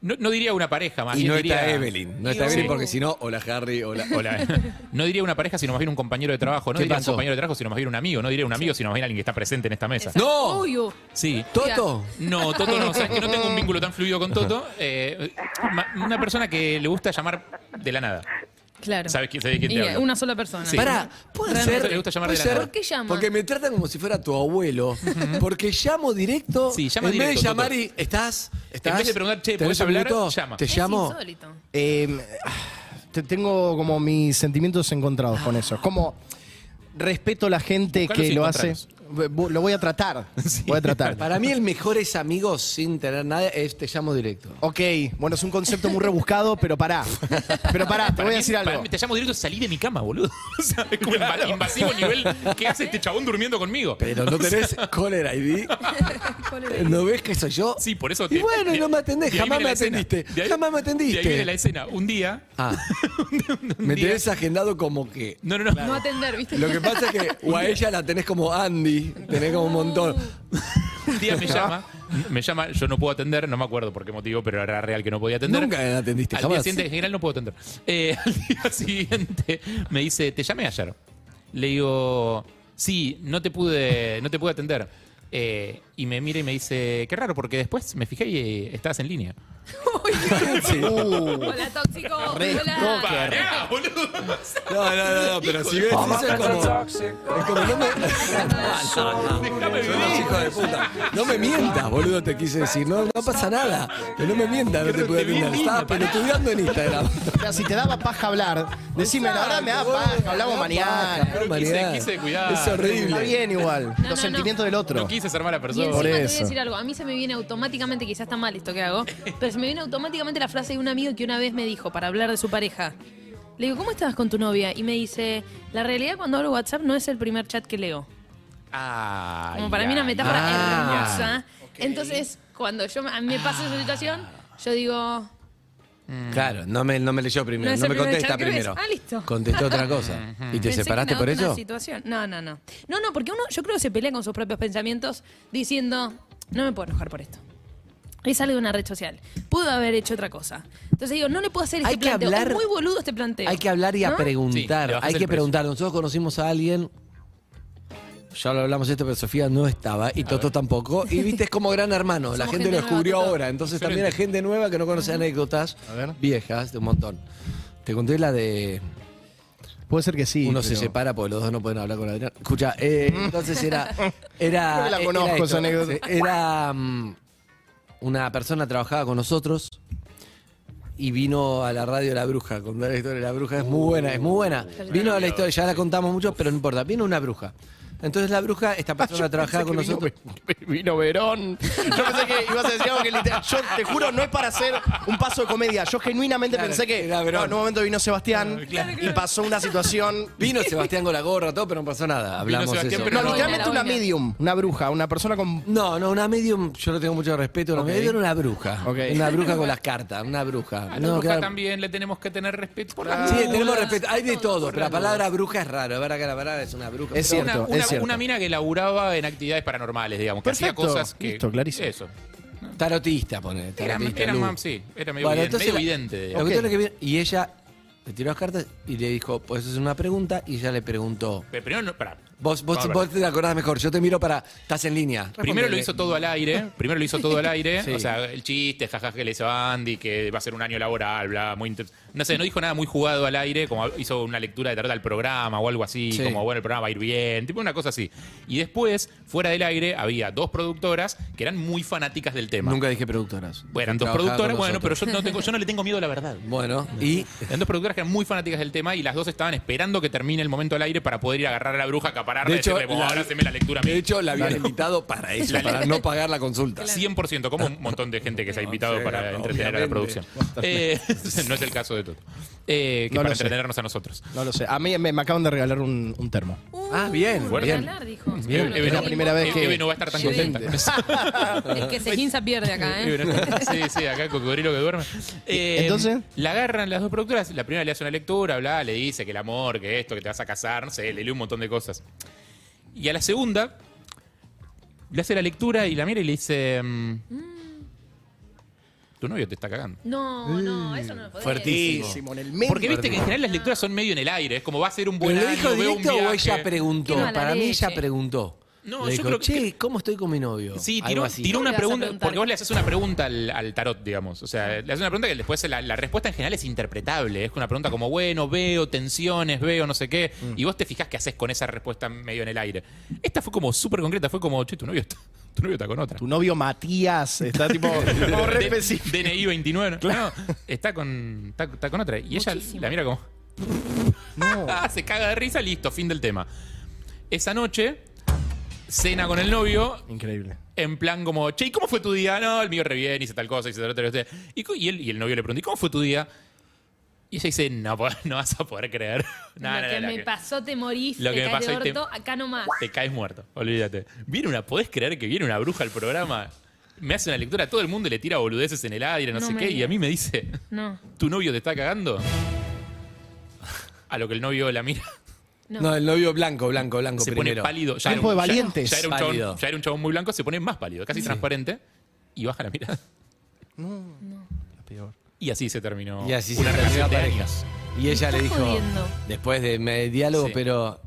S6: No, no diría una pareja, más
S4: Y
S6: bien
S4: no
S6: diría-
S4: está Evelyn. No está
S6: Sí.
S4: Evelyn porque si no, hola Harry, hola.
S6: Hola. No diría una pareja, sino más bien un compañero de trabajo. No
S4: ¿Qué
S6: diría
S4: pasó?
S6: un compañero de trabajo, sino más bien un amigo. No diría un amigo, sino más bien alguien que está presente en esta mesa.
S7: exacto.
S4: ¡No!
S7: Uy, uh.
S6: Sí.
S4: Toto.
S6: No, Toto no, o sea, que no tengo un vínculo tan fluido con Toto. Eh, ma- una persona que le gusta llamar de la nada.
S7: Claro.
S6: ¿Sabes quién, sabés quién te
S7: Y
S6: habla?
S7: una sola persona.
S6: Sí.
S4: Pará, puede
S6: Realmente
S4: ser.
S6: le gusta llamar
S4: puede
S6: de la
S4: ser,
S6: nada.
S7: ¿Por qué llama?
S4: Porque me tratan como si fuera tu abuelo. Porque llamo directo.
S6: Sí, llama
S4: en vez
S6: directo,
S4: de llamar
S6: Toto.
S4: y. ¿Estás? ¿Estás?
S6: vez de preguntar, che,
S4: ¿Tenés
S6: ¿podés
S4: un
S6: hablar?
S4: minuto?
S6: Llama.
S4: Te
S7: Es
S4: llamo.
S7: insólito.
S8: Eh, te- tengo como mis sentimientos encontrados con eso. Es Como respeto a la gente
S6: Buscalos
S8: que
S6: y
S8: lo hace.
S6: encontralos.
S8: Vo- Lo voy a tratar. Voy a tratar.
S4: Para mí el mejor es amigos sin tener nada es te llamo directo.
S8: Ok, bueno, es un concepto muy rebuscado, pero pará. Pero pará, te
S6: Para
S8: voy a
S6: mí-
S8: decir
S6: para
S8: algo.
S6: mí te llamo directo, salí de mi cama, boludo. O sea, es como inva- invasivo nivel. ¿Qué hace este chabón durmiendo conmigo?
S4: Pero no tenés caller ID. ¿No ves que soy yo?
S6: Sí, por eso
S4: Y bueno, y no me atendés,
S6: de ahí
S4: jamás
S6: viene
S4: me
S6: la escena.
S4: atendiste,
S6: De ahí-
S4: jamás me atendiste.
S6: De ahí viene la escena. Un día.
S4: Ah, me
S6: día-
S4: tenés agendado como que.
S6: No, no, no.
S7: No atender, ¿viste?
S4: Lo que pasa es que o a ella la tenés como Andy, tenés como un montón.
S6: Un día me llama. Me llama, yo no puedo atender, no me acuerdo por qué motivo, pero era real que no podía atender.
S4: Nunca atendiste,
S6: Al día
S4: jamás.
S6: siguiente, en general no puedo atender. Eh, al día siguiente me dice, te llamé ayer. Le digo, sí, no te pude, no te pude atender. Eh, y me mira y me dice, qué raro, porque después me fijé y eh, estabas en línea.
S8: Uh,
S7: Hola, tóxico.
S8: Re
S7: Hola.
S6: Pará, boludo.
S4: No, no, no, no, pero si ves eso es como. Es como no me. No, no, no. Son los hijos de puta. No me mientas, boludo, te quise decir. No, no pasa nada. Que no me mientas, no te pude atender. Estaba pelotudeando en Instagram.
S8: pero si te daba paja hablar, decime, la verdad me da paja, hablamos mañana.
S6: Pero quise- quise cuidar.
S4: Es horrible.
S8: Está bien igual,
S7: no, no.
S8: los sentimientos del otro.
S6: No quise ser mala
S7: Y
S6: persona.
S7: encima te voy a
S8: eso.
S7: decir algo. A mí se me viene automáticamente, quizás está mal esto que hago, pero se me viene automáticamente la frase de un amigo que una vez me dijo para hablar de su pareja. Le digo, ¿cómo estabas con tu novia? Y me dice, la realidad cuando abro WhatsApp no es el primer chat que leo.
S6: Ay,
S7: Como para mí
S6: ay,
S7: una metáfora
S4: Ah.
S7: hermosa. Entonces, cuando yo me me pasa esa situación, yo digo,
S4: Claro, no me, no me leyó
S7: No
S4: primero,
S7: es
S4: no,
S7: el
S4: me
S7: primer
S4: contesta
S7: chat que ves.
S4: primero.
S7: Ah, listo.
S4: Contestó otra cosa. ¿Y te
S7: Pensé que
S4: separaste
S7: era
S4: por
S7: otra
S4: eso?
S7: situación. No, no, no. No, no, porque uno, yo creo que se pelea con sus propios pensamientos diciendo, no me puedo enojar por esto. Es algo de una red social. Pudo haber hecho otra cosa. Entonces digo, no le puedo hacer este
S4: Hay que
S7: planteo.
S4: hablar-
S7: es muy boludo este planteo.
S4: Hay que hablar y a
S7: ¿No?
S4: preguntar.
S6: Sí, le bajás el
S4: Hay que
S6: precio.
S4: preguntar. Nosotros conocimos a alguien. Ya lo hablamos esto, pero Sofía no estaba y Toto tampoco. Y viste, es como gran hermano. la
S7: Somos
S4: gente,
S7: gente
S4: lo descubrió
S7: nueva, Toto.
S4: ahora. Entonces
S6: Excelente.
S4: también hay gente nueva que no conoce anécdotas
S8: A ver.
S4: viejas de un montón. Te conté la de
S8: Puede ser que sí.
S4: uno se
S8: pero-
S4: separa porque los dos no pueden hablar con Adrián. Escucha, eh, entonces era. era
S8: Creo que la
S4: era
S8: conozco,
S4: esto.
S8: esa anécdota.
S4: Era. mm, una persona trabajaba con nosotros y vino a la radio La Bruja. Contar la historia de La Bruja es muy buena, es muy buena.
S8: Uh,
S4: Vino a la historia, ya la contamos mucho, pero no importa. Vino una bruja. Entonces la bruja, esta persona trabajaba con nosotros.
S8: Vino Verón. Yo pensé que ibas a decir algo que literal- Yo te juro, no es para hacer un paso de comedia. Yo genuinamente
S4: Claro,
S8: pensé que
S4: era Verón.
S8: no, en un momento vino Sebastián y pasó una situación.
S4: Vino Sebastián con la gorra, todo, pero no pasó nada. Hablamos
S6: Sebastián,
S4: eso.
S6: pero
S8: No,
S6: La
S8: literalmente
S7: boina, la
S8: una
S7: boina.
S8: medium, una bruja, una persona con.
S4: No, no, una medium, yo no tengo mucho respeto. Una
S8: Ok.
S4: medium era una bruja.
S8: Ok. Ah,
S4: Una bruja con las cartas, una bruja.
S6: A la
S4: Ah, No,
S6: bruja
S4: claro.
S6: también le tenemos que tener respeto por las
S4: Sí,
S6: dudas.
S4: tenemos respeto. Hay de todo, pero la palabra bruja es raro. La verdad que la palabra es una bruja.
S8: Es
S4: Pero
S8: cierto.
S6: una, una-
S8: es cierto.
S6: una mina que laburaba en actividades paranormales, digamos, que hacía
S8: Perfecto.
S6: cosas que.
S8: Listo, clarísimo.
S6: Eso.
S4: bueno, Tarotista, pone.
S6: Era,
S4: tarotista,
S6: era
S4: Lu.
S6: más, sí, era medio
S4: Bueno,
S6: evidente.
S4: entonces
S6: medio
S4: la-
S6: evidente,
S4: la
S6: digamos.
S4: cuestión es que viene- y ella le tiró las cartas y le dijo, pues es una pregunta, y ella le preguntó.
S6: Pero primero, no- pará.
S4: Vos, vos,
S6: Vamos a
S4: vos te la acordás mejor, yo te miro para. Estás en línea.
S6: Primero lo
S4: Respondele.
S6: hizo todo al aire, primero lo hizo todo al aire,
S4: Sí.
S6: o sea, el chiste, jajaja que le hizo a Andy, que va a ser un año laboral, bla, muy inter- No sé, no dijo nada muy jugado al aire, como hizo una lectura de tarot al programa o algo así,
S4: Sí.
S6: como bueno, el programa va a ir bien, tipo una cosa así. Y después, fuera del aire, había dos productoras que eran muy fanáticas del tema.
S4: Nunca dije productoras.
S6: Bueno, eran dos
S4: Trabajaba
S6: productoras,
S4: con
S6: bueno, pero
S4: nosotros.
S6: yo no, tengo- yo no le tengo miedo a la verdad.
S4: Bueno, y.
S6: Eran dos productoras que eran muy fanáticas del tema y las dos estaban esperando que termine el momento al aire para poder ir a agarrar a la bruja, acapararla
S4: De
S6: y
S4: hecho,
S6: decirle, "Vos,
S4: la-
S6: ahora haceme la lectura a mí".
S4: De hecho, la habían invitado para eso, para no pagar la consulta.
S6: 100%, como un montón de gente que se ha invitado
S4: Sí,
S6: para
S4: claro,
S6: entretener a la
S4: obviamente.
S6: producción. Eh, no es el caso de Toto. Eh, que
S8: No
S6: para
S8: lo sé.
S6: entretenernos a nosotros.
S8: No lo sé. A mí me, me acaban de regalar un, un termo.
S7: Uh,
S4: Ah, bien,
S7: por
S4: bien.
S7: hablar, dijo.
S4: Bien,
S7: Lo
S6: Eve
S8: es la
S6: no-
S8: primera vez que-
S6: Eve no va a estar tan contenta.
S7: El que se ginza pierde acá, ¿eh?
S6: Eve no- sí, sí, acá cocodrilo que duerme. Eh,
S8: Entonces.
S6: La agarran las dos productoras. La primera le hace una lectura, bla, le dice que el amor, que esto, que te vas a casar, no sé, le lee un montón de cosas. Y a la segunda, le hace la lectura y la mira y le dice. mm, Tu novio te está cagando.
S7: No, no, eso no lo podés
S4: Fuertísimo.
S8: en el medio.
S6: Porque viste que en general las lecturas son medio en el aire, es como va a ser un buen
S4: ¿Pero lo
S6: año,
S4: dijo
S6: veo un
S4: directo o
S6: viaje.
S4: ella preguntó?
S7: Qué mala
S4: Para mí
S7: leche.
S4: ella preguntó.
S6: No,
S4: Le
S6: yo
S4: dijo,
S6: creo que-
S4: che, ¿cómo estoy con mi novio?
S6: Sí,
S4: Algo
S6: tiró,
S4: así.
S6: tiró
S7: ¿Cómo le
S6: una
S7: vas a
S6: pregunta,
S7: preguntar?
S6: porque vos le haces una pregunta al, al tarot, digamos. O sea, le haces una pregunta que después la, la respuesta en general es interpretable. Es una pregunta como, bueno, veo tensiones, veo no sé qué.
S4: Mm.
S6: Y vos te fijás qué haces con esa respuesta medio en el aire. Esta fue como súper concreta, fue como, che, tu novio está, tu novio está con otra.
S8: Tu novio Matías está tipo. como re
S6: De-
S8: específico.
S6: DNI 29. ¿no? No, está con, está, está con otra. Y ella
S7: Muchísimo.
S6: la mira como. Se caga de risa, listo, fin del tema. Esa noche cena con el novio
S8: Increíble.
S6: en plan como, che, ¿y cómo fue tu día? No, el mío re bien, hice tal cosa, hice tal otra. tal otra. Y, co- y, él- y el novio le pregunta, ¿y cómo fue tu día? Y ella dice, no, po- no vas a poder creer. No, no,
S7: lo
S6: no,
S7: que
S6: no,
S7: me
S6: que-
S7: pasó, te morís,
S6: Lo
S7: te
S6: que me
S7: caes
S6: pasó
S7: de
S6: y te-
S7: orto, acá nomás.
S6: Te caes muerto, olvídate. Viene una, ¿podés creer que viene una bruja al programa? Me hace una lectura, todo el mundo le tira boludeces en el aire, no,
S7: No
S6: sé
S7: me
S6: qué, y a
S7: digas.
S6: mí me dice,
S7: No,
S6: ¿tu novio te está cagando? A lo que el novio la mira,
S7: no.
S4: No, el novio blanco, blanco, blanco
S6: se pone
S4: primero.
S6: pálido. Ya
S8: Tiempo
S6: era un-
S8: de
S6: ya-
S8: valientes.
S6: Ya, era un
S4: Pálido.
S6: chabón, ya era un chabón muy blanco, se pone más pálido, casi transparente, y baja la mirada.
S8: Peor.
S6: Y así se terminó
S4: Y así se
S6: una
S4: terminó
S6: relación
S4: la
S6: de
S4: pareja.
S6: años.
S4: Y ella
S7: Me
S4: le dijo,
S7: estás jodiendo.
S4: después de medio diálogo,
S6: Sí.
S4: pero.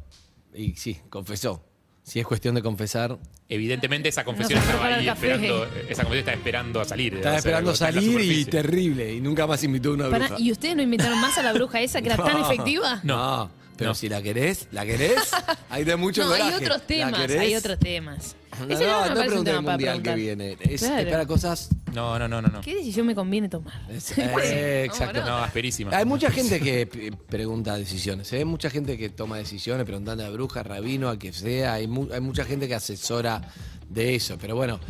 S4: Y sí, confesó. Si es cuestión de confesar,
S6: Evidentemente esa confesión
S7: No se
S6: estaba
S7: prepara el
S6: ahí
S7: café.
S6: esperando, esa confesión estaba esperando a salir.
S4: Estaba
S6: o sea,
S4: esperando
S6: está en la
S4: salir y
S6: superficie.
S4: terrible. Y nunca más invitó a una
S7: Pará,
S4: bruja.
S7: ¿Y ustedes no invitaron más a la bruja esa que era tan
S4: No.
S7: efectiva?
S4: No, pero
S6: No.
S4: si la querés, la querés, hay de mucho
S7: No, hay
S4: coraje.
S7: otros
S4: ¿La
S7: temas,
S4: querés?
S7: hay otros temas.
S4: No,
S7: Ese me
S4: no, no
S7: parece un
S4: preguntes el
S7: tema para
S4: mundial que
S7: preguntar.
S4: viene. Es,
S7: Claro.
S4: es para cosas.
S6: No, no, no, no. no.
S7: ¿Qué decisión me conviene tomar?
S4: es- eh, exacto.
S6: No, asperísima.
S4: Hay mucha gente que p- pregunta decisiones, ¿eh? mucha gente que toma decisiones preguntando a brujas, rabino, a que sea, hay, mu- hay mucha gente que asesora de eso, pero bueno.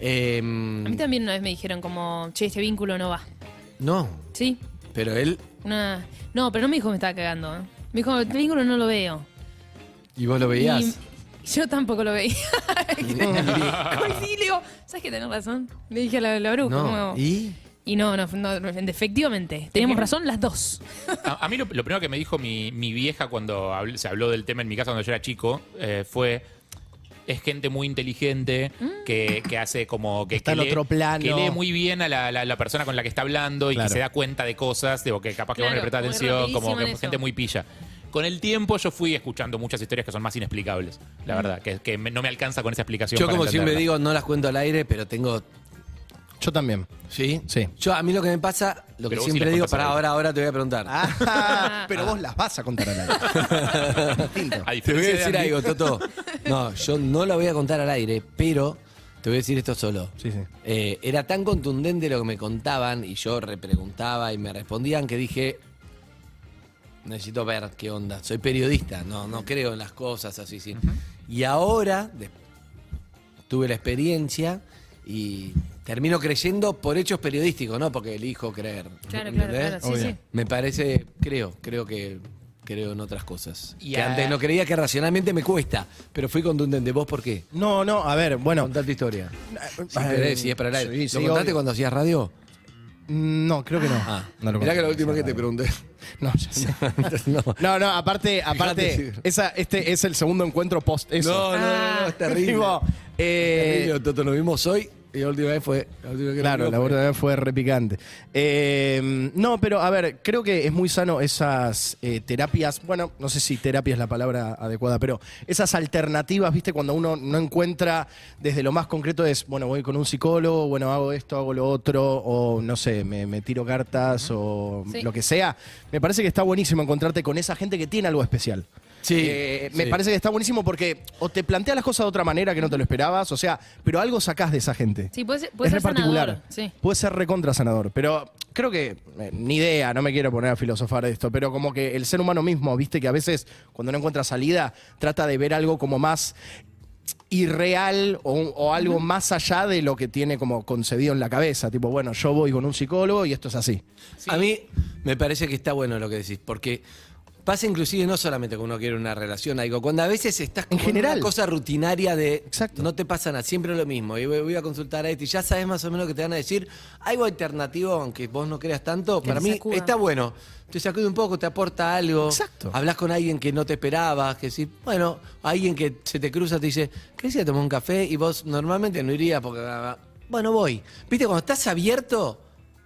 S4: eh,
S7: A mí también una vez me dijeron como, che, este vínculo no va.
S4: no,
S7: ¿Sí?
S4: pero él,
S7: Una... No, pero no me dijo que me estaba cagando. ¿eh? Me dijo, el vínculo no lo veo.
S4: y vos lo veías.
S7: Y yo tampoco lo veía. Coincidí, le digo, ¿sabes que tenés razón? Le dije a la, la bruja.
S4: No,
S7: como-
S4: y
S7: Y no, no, no, efectivamente, teníamos razón las dos.
S6: A, a mí lo, lo primero que me dijo mi, mi vieja cuando habl- se habló del tema en mi casa cuando yo era chico eh, fue... Es gente muy inteligente
S7: Mm.
S6: que, que hace como que,
S8: Está
S6: que
S8: en otro plano.
S6: que lee muy bien a la, la- la persona con la que está hablando y
S8: Claro.
S6: que se da cuenta de cosas, digo, que capaz que vos no
S7: Claro,
S6: le prestás
S7: muy
S6: atención, como
S7: rapidísimo
S6: que
S7: en eso.
S6: gente muy pilla. Con el tiempo yo fui escuchando muchas historias que son más inexplicables,
S7: Mm.
S6: la verdad, que, que me- no me alcanza con esa explicación.
S4: yo
S6: para
S4: como siempre
S6: entenderla.
S4: digo, no las cuento al aire, pero tengo
S8: Yo también.
S4: ¿Sí?
S8: Sí.
S4: Yo, a mí lo que me pasa, lo que
S6: Pero vos sí
S4: siempre
S6: las
S4: digo,
S6: contás
S4: para
S6: al aire.
S4: ahora, ahora te voy a preguntar.
S8: Ah, pero vos las vas a contar a nadie. Distinto.
S6: A
S4: te voy a
S6: diferencia de
S4: decir
S6: Andy,
S4: algo, Toto. No, yo no la voy a contar al aire, pero te voy a decir esto solo.
S8: Sí, sí.
S4: Eh, era tan contundente lo que me contaban y yo repreguntaba y me respondían que dije, necesito ver qué onda. Soy periodista, no, no creo en las cosas así, sí. Y ahora de- tuve la experiencia y termino creyendo por hechos periodísticos, ¿no? Porque elijo creer.
S7: Claro, claro,
S4: ¿entendés?
S7: claro, sí,
S8: Obvio.
S7: sí.
S4: Me parece, creo, creo que creo en otras cosas.
S6: Y
S4: que
S6: a-
S4: antes no creía que racionalmente me cuesta, pero fui contundente. ¿Vos por qué?
S8: No, no, a ver, bueno.
S4: Contate historia. Si
S8: eh,
S4: querés, si es para el aire.
S8: sí, sí,
S4: ¿Lo contaste
S8: obvio. Mm,
S4: cuando hacías radio?
S8: No, creo que no. no lo
S4: Mirá que
S8: conté.
S4: la última que te pregunté.
S8: No, ya sé. No, no, aparte, aparte,
S4: Fíjate.
S8: esa, este es el segundo encuentro post eso.
S4: No, no, no, no, es terrible.
S8: Ah. Digo, eh,
S4: Terrible, Toto, lo vimos hoy y la última vez fue. la última que
S8: Claro,
S4: lo
S8: la
S4: vimos fue-
S8: verdad fue repicante. Eh, no, pero a ver, creo que es muy sano esas eh, terapias, bueno, no sé si terapia es la palabra adecuada, pero esas alternativas, viste, cuando uno no encuentra desde lo más concreto es, bueno, voy con un psicólogo, bueno, hago esto, hago lo otro, o no sé, me, me tiro cartas o
S7: Sí.
S8: lo que sea. Me parece que está buenísimo encontrarte con esa gente que tiene algo especial.
S4: Sí,
S8: Eh, me
S4: sí.
S8: parece que está buenísimo porque o te planteas las cosas de otra manera que no te lo esperabas, o sea, pero algo sacás de esa gente
S7: Sí, puede ser, puede
S8: es
S7: ser
S8: re particular.
S7: sanador, Sí.
S8: Puede ser recontra sanador, pero creo que, eh, ni idea, no me quiero poner a filosofar de esto, pero como que el ser humano mismo, viste que a veces cuando no encuentra salida, trata de ver algo como más irreal o, un- o algo más allá de lo que tiene como concebido en la cabeza. Tipo, bueno, yo voy con un psicólogo y esto es así.
S4: A mí me parece que está bueno lo que decís, porque pasa inclusive no solamente cuando uno quiere una relación, algo, cuando a veces estás como
S8: En general.
S4: una cosa rutinaria de
S8: Exacto.
S4: no te pasa nada, siempre lo mismo, y voy, voy a consultar a este, y ya sabes más o menos que te van a decir, algo alternativo, aunque vos no creas tanto, para
S7: te
S4: mí
S7: sacuda.
S4: está bueno. Te sacude un poco, te aporta algo.
S8: Exacto.
S4: Hablas con alguien que no te esperabas, que si, bueno, alguien que se te cruza te dice, ¿querés ir a tomar un café? Y vos normalmente no irías porque, ah, ah, bueno, voy. Viste, cuando estás abierto,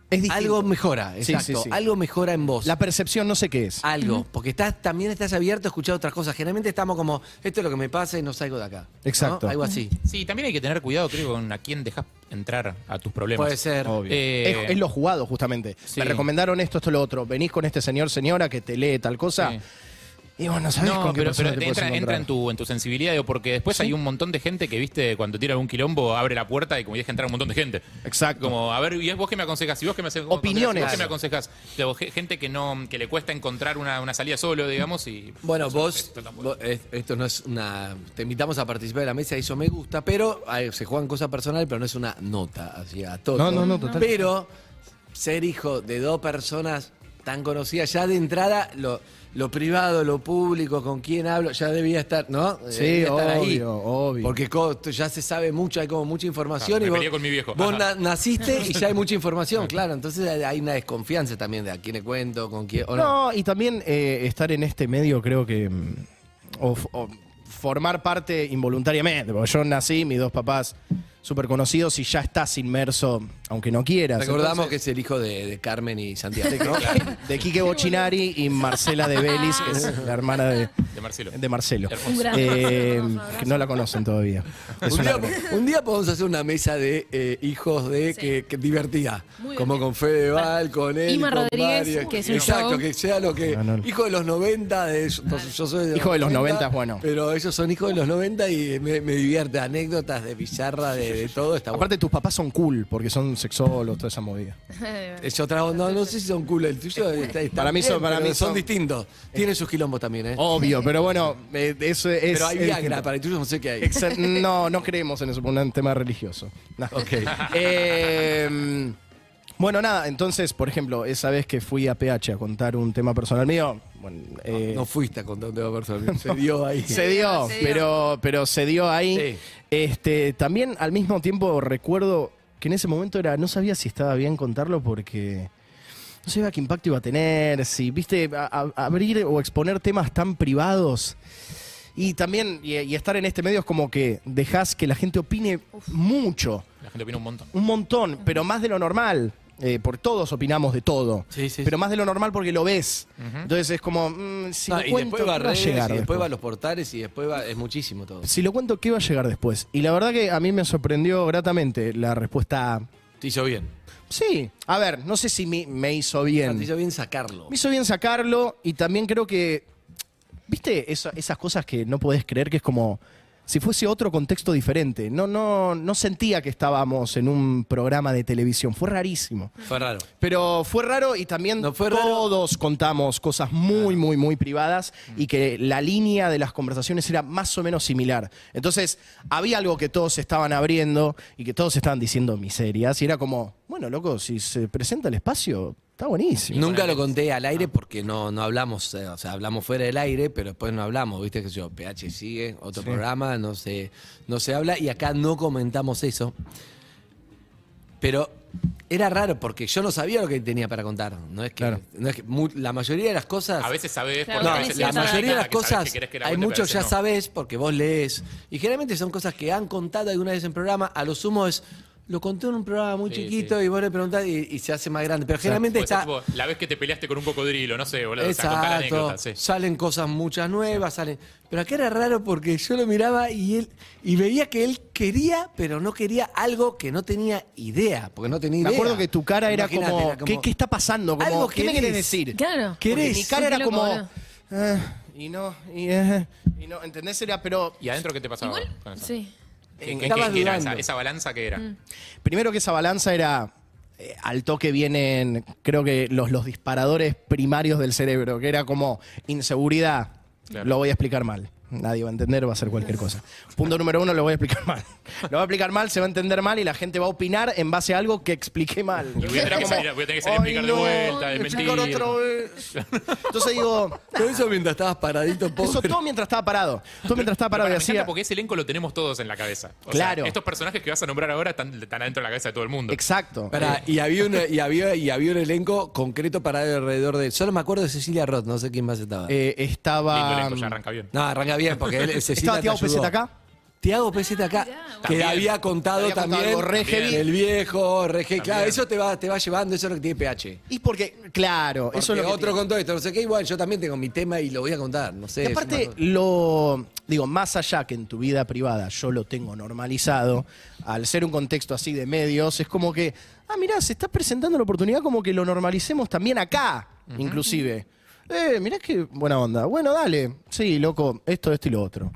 S8: Es distinto.
S4: algo mejora,
S8: Sí,
S4: exacto.
S8: sí, sí.
S4: Algo mejora en vos.
S8: La percepción no sé qué es.
S4: Algo. Porque estás, también estás abierto a escuchar otras cosas. Generalmente estamos como, esto es lo que me pasa y no salgo de acá. ¿no?
S8: Exacto.
S4: Algo así.
S6: Sí, también hay que tener cuidado, creo, con a quién dejas entrar a tus problemas.
S4: Puede ser.
S8: Obvio.
S6: Eh,
S8: es, es lo jugado, justamente.
S6: Sí.
S8: Me recomendaron esto, esto, lo otro. Venís con este señor, señora, que te lee tal cosa.
S6: Sí.
S8: Y Y vos no sabés
S6: no,
S8: con qué
S6: pero,
S8: persona
S6: pero
S8: te
S6: entra,
S8: puedes
S6: entra
S8: encontrar.
S6: en, tu, en tu sensibilidad, digo, porque después hay un montón de gente que, viste, cuando tira algún quilombo, abre la puerta y como deja entrar un montón de gente.
S8: Exacto.
S6: Como, a ver, y es vos que me aconsejas, y vos que me aconsejas,
S8: Opiniones.
S6: vos que me aconsejas. Digo, ge- gente que no que le cuesta encontrar una, una salida solo, digamos, y...
S4: Bueno,
S6: eso-
S4: vos,
S6: esto tampoco-
S4: vos- es- esto no es una... Te invitamos a participar de la mesa, eso me gusta, pero ay, se juegan cosas personales, pero no es una nota, así a todo.
S8: No, no, no, total.
S4: Pero ser hijo de dos personas tan conocidas, ya de entrada, lo, lo privado, lo público, con quién hablo, ya debía estar, ¿no? Eh,
S8: Sí,
S4: Debía
S8: obvio, obvio.
S4: Porque co- ya se sabe mucho, hay como mucha información.
S6: Claro,
S4: y
S6: me
S4: vos,
S6: peleé con mi viejo.
S4: vos
S6: Ajá.
S4: na- naciste y ya hay mucha información, claro. Entonces hay- hay una desconfianza también de a quién le cuento, con quién... o no.
S8: No, y también eh, estar en este medio creo que... mm, o f- o formar parte involuntariamente, porque yo nací, mis dos papás súper conocidos y ya estás inmerso, aunque no quieras.
S4: Recordamos que
S8: Entonces,
S4: es el hijo de, de Carmen y Santiago. ¿no?
S8: De Quique Bocinari y Marcela de Belis, que es la hermana de,
S6: De Marcelo.
S8: de Marcelo.
S7: Un gran
S8: Eh,
S7: abrazo, un abrazo.
S8: que no la conocen todavía. Es
S4: un,
S8: una
S4: día,
S8: gran-
S4: un día podemos hacer una mesa de eh, hijos de que, que divertida.
S7: Muy
S4: como
S7: divertida.
S4: con Fedeval, con él.
S7: Ima
S4: con
S7: Rodríguez,
S4: varios.
S7: que es un
S4: Exacto,
S7: show.
S4: que sea lo que.
S8: No, no.
S4: Hijo de los 90, de, yo, yo soy
S8: Hijo de los 90 es bueno.
S4: Pero ellos son hijos de los 90 y me, me divierte. Anécdotas de pizarra, de, de todo. Está bueno.
S8: Aparte, tus papás son cool porque son sexólogos, toda esa movida.
S4: Es otra onda, no, no sé si son cool el tuyo. está- está
S8: Para mí
S4: bien,
S8: son- para
S4: pero
S8: mí
S4: son
S8: son-
S4: distintos. Tienen sus quilombos también, ¿eh?
S8: Obvio, pero bueno, eh, eso es.
S4: pero hay
S8: es-
S4: Viagra, para el tuyo no sé qué hay.
S8: Exa- No, no creemos en eso, por un tema religioso. No. Eh, bueno, nada, entonces, por ejemplo, esa vez que fui a PH a contar un tema personal mío, bueno, eh,
S4: No fuiste a contar un tema personal. Se dio ahí.
S8: se dio,
S7: Se dio.
S8: pero, pero se dio ahí.
S4: Sí.
S8: Este, también al mismo tiempo recuerdo que en ese momento era, no sabía si estaba bien contarlo porque no sabía qué impacto iba a tener, si, viste, a- a- abrir o exponer temas tan privados. Y también, y, y estar en este medio es como que dejas que la gente opine mucho,
S6: La gente opina un montón.
S8: un montón, pero más de lo normal. Eh, por todos opinamos de todo,
S4: Sí, sí,
S8: pero
S4: sí.
S8: más de lo normal porque lo ves. Entonces es como, mm, si
S4: No,
S8: lo
S4: y
S8: cuento,
S4: después va a
S8: ¿qué va a
S4: redes, y
S8: llegar
S4: después
S8: después?
S4: va a los portales y después va, es muchísimo todo.
S8: Si lo cuento, ¿qué va a llegar después? Y la verdad que a mí me sorprendió gratamente la respuesta.
S4: Te hizo bien.
S8: Sí, a ver, no sé si me, me hizo
S4: Ah,
S8: bien.
S4: Te
S8: Me
S4: hizo bien sacarlo.
S8: hizo bien sacarlo y también creo que. ¿Viste Esa- esas cosas que no podés creer que es como si fuese otro contexto diferente? No, no, no sentía que estábamos en un programa de televisión. Fue rarísimo.
S4: Fue raro.
S8: Pero fue raro y también
S4: No, fue raro.
S8: todos contamos cosas muy, muy, muy privadas y que la línea de las conversaciones era más o menos similar. Entonces, había algo que todos estaban abriendo y que todos estaban diciendo miserias y era como, bueno, loco, si se presenta el espacio, está buenísimo.
S4: Nunca lo conté al
S8: Ah.
S4: aire porque no, no hablamos, eh, o sea, hablamos fuera del aire, pero después no hablamos, viste que yo, PH sigue, otro programa, no se, no se habla y acá no comentamos eso. Pero era raro porque yo no sabía lo que tenía para contar. No es que,
S8: Claro.
S4: no es que mu- la mayoría de las cosas.
S6: A veces sabés...
S7: Claro,
S6: por
S4: No,
S7: Porque tenés
S6: veces
S4: la
S6: tenés
S7: cierta
S4: mayoría de
S6: data
S4: las
S6: que sabés que
S4: cosas,
S6: querés que la
S4: hay
S6: cuente, pero a
S4: muchos
S6: veces
S4: ya
S6: no.
S4: sabés porque vos lees. Y generalmente son cosas que han contado alguna vez en programa. A lo sumo es, lo conté en un programa muy
S6: Sí,
S4: chiquito
S6: sí.
S4: y vos le preguntás y, y se hace más grande. Pero generalmente
S6: Puede ser,
S4: está...
S6: tipo, la vez que te peleaste con un cocodrilo, no sé, boludo. O sea, contá la
S4: Exacto.
S6: anécdota, sí.
S4: Salen cosas muchas nuevas, salen. Pero acá era raro porque yo lo miraba y él y veía que él quería, pero no quería algo que no tenía idea, porque no tenía idea.
S8: Me acuerdo que tu cara era
S4: Imagínate,
S8: como, ¿qué, qué está pasando? Como,
S4: Algo
S8: ¿Qué me
S4: querés.
S8: quieres decir?
S7: Claro.
S4: ¿Qué
S8: Porque
S4: eres?
S8: Mi cara
S7: Qué
S8: era
S7: loco,
S8: como...
S7: boludo.
S8: "Ah, y no, y, eh, y no, ¿entendés? Era, pero
S6: ¿Y adentro qué te pasaba
S7: Igual,
S6: con eso?
S7: sí.
S6: ¿Qué- qué-
S4: Estabas
S6: qué era
S4: dudando.
S6: esa, esa balanza que era?
S4: Mm.
S8: Primero que esa balanza era. eh, al toque vienen, creo que los, los disparadores primarios del cerebro, que era como inseguridad.
S6: Claro.
S8: Lo voy a explicar mal. Nadie va a entender, va a ser cualquier cosa. Punto número uno, lo voy a explicar mal. Lo voy a explicar mal, se va a entender mal y la gente va a opinar en base a algo que expliqué mal.
S6: Y voy a tener que salir- voy a tener que salir a
S8: "Ay,
S6: explicar de vuelta, de
S8: voy a explicar
S6: mentir".
S8: otra vez. Entonces digo,
S4: Todo eso mientras estabas paradito, pobre.
S8: eso todo mientras estaba parado. Todo mientras estaba
S6: Pero
S8: parado y
S6: para, me encanta
S8: hacía...
S6: porque ese elenco lo tenemos todos en la cabeza. O sea,
S8: Claro.
S6: estos personajes que vas a nombrar ahora están, están adentro de la cabeza de todo el mundo.
S8: Exacto.
S4: Pará,
S6: Eh.
S4: y, había una- y, había, y había un elenco concreto para alrededor de él. Solo me acuerdo de Cecilia Roth, no sé quién más estaba.
S8: Eh,
S6: Lindo
S8: estaba... mm,
S6: elenco, ya arranca bien.
S4: no, arranca bien, porque él, Cecilia
S8: Estaba
S4: te
S8: Tiago
S4: ayudó.
S8: Peseta acá.
S4: Tiago Peseta acá, que
S6: También.
S4: había contado
S8: Había contado
S4: también
S8: algo re heavy.
S4: el viejo, re heavy. Claro, eso te va, te va llevando, eso es lo que tiene PH.
S8: Y porque, claro,
S4: Porque
S8: eso es lo que
S4: otro contó esto, no sé qué, y bueno, yo también tengo mi tema y lo voy a contar, no sé.
S8: tiene. Y aparte, lo digo, más allá que en tu vida privada yo lo tengo normalizado, al ser un contexto así de medios, es como que, ah, mirá, se está presentando la oportunidad como que lo normalicemos también acá, inclusive. eh, mirá qué buena onda. Bueno, dale. Sí, loco, esto, esto y lo otro.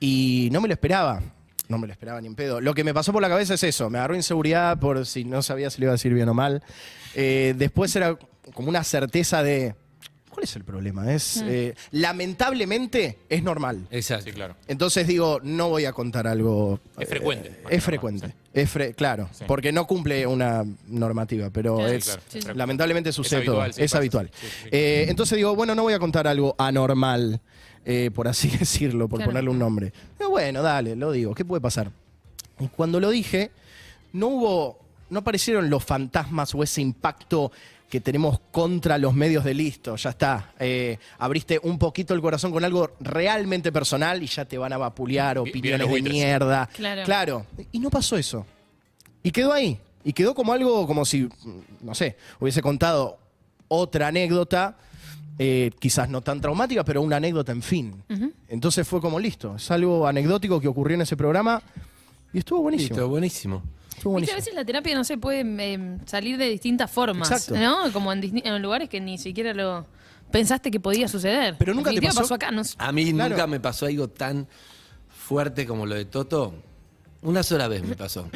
S8: Y no me lo esperaba. No me lo esperaba ni en pedo. Lo que me pasó por la cabeza es eso. Me agarró inseguridad por si no sabía si le iba a decir bien o mal. Eh, después era como una certeza de. ¿Cuál es el problema? Es. eh, lamentablemente es normal.
S4: Exacto.
S6: Sí, claro.
S8: Entonces digo, no voy a contar algo. eh,
S6: Es frecuente. Más que
S8: Es
S6: normal,
S8: frecuente.
S6: sí.
S8: Es fre- claro,
S6: Sí.
S8: porque no cumple una normativa, pero
S7: Claro.
S8: es,
S6: Sí, claro, es frecuente.
S8: lamentablemente sucede todo.
S6: habitual, sí,
S8: es
S6: pasa.
S8: habitual.
S6: Sí, sí.
S8: Eh, entonces digo, bueno, no voy a contar algo anormal, eh, por así decirlo, por
S7: Claro.
S8: ponerle un nombre. Pero bueno, dale, lo digo. ¿Qué puede pasar? Y cuando lo dije, no hubo, no aparecieron los fantasmas o ese impacto que tenemos contra los medios de listo. Ya está. Eh, abriste un poquito el corazón con algo realmente personal y ya te van a vapulear
S6: Vi- vienen los
S8: opiniones de
S6: buitres.
S8: mierda.
S7: Claro.
S8: claro. Y no pasó eso. Y quedó ahí. Y quedó como algo, como si, mm, no sé, hubiese contado otra anécdota, eh, quizás no tan traumática, pero una anécdota en fin. Entonces fue como listo. Es algo anecdótico que ocurrió en ese programa y estuvo buenísimo.
S4: Listo, buenísimo.
S8: Estuvo
S7: Viste, a
S8: buenísimo.
S7: veces la terapia, no sé, puede em, salir de distintas formas,
S8: Exacto.
S7: ¿no? Como en, disni- en lugares que ni siquiera lo pensaste que podía suceder.
S8: Pero nunca te
S7: Definitiva
S8: pasó-
S7: acá, no sé.
S4: A mí
S8: Claro.
S4: nunca me pasó algo tan fuerte como lo de Toto. Una sola vez me pasó.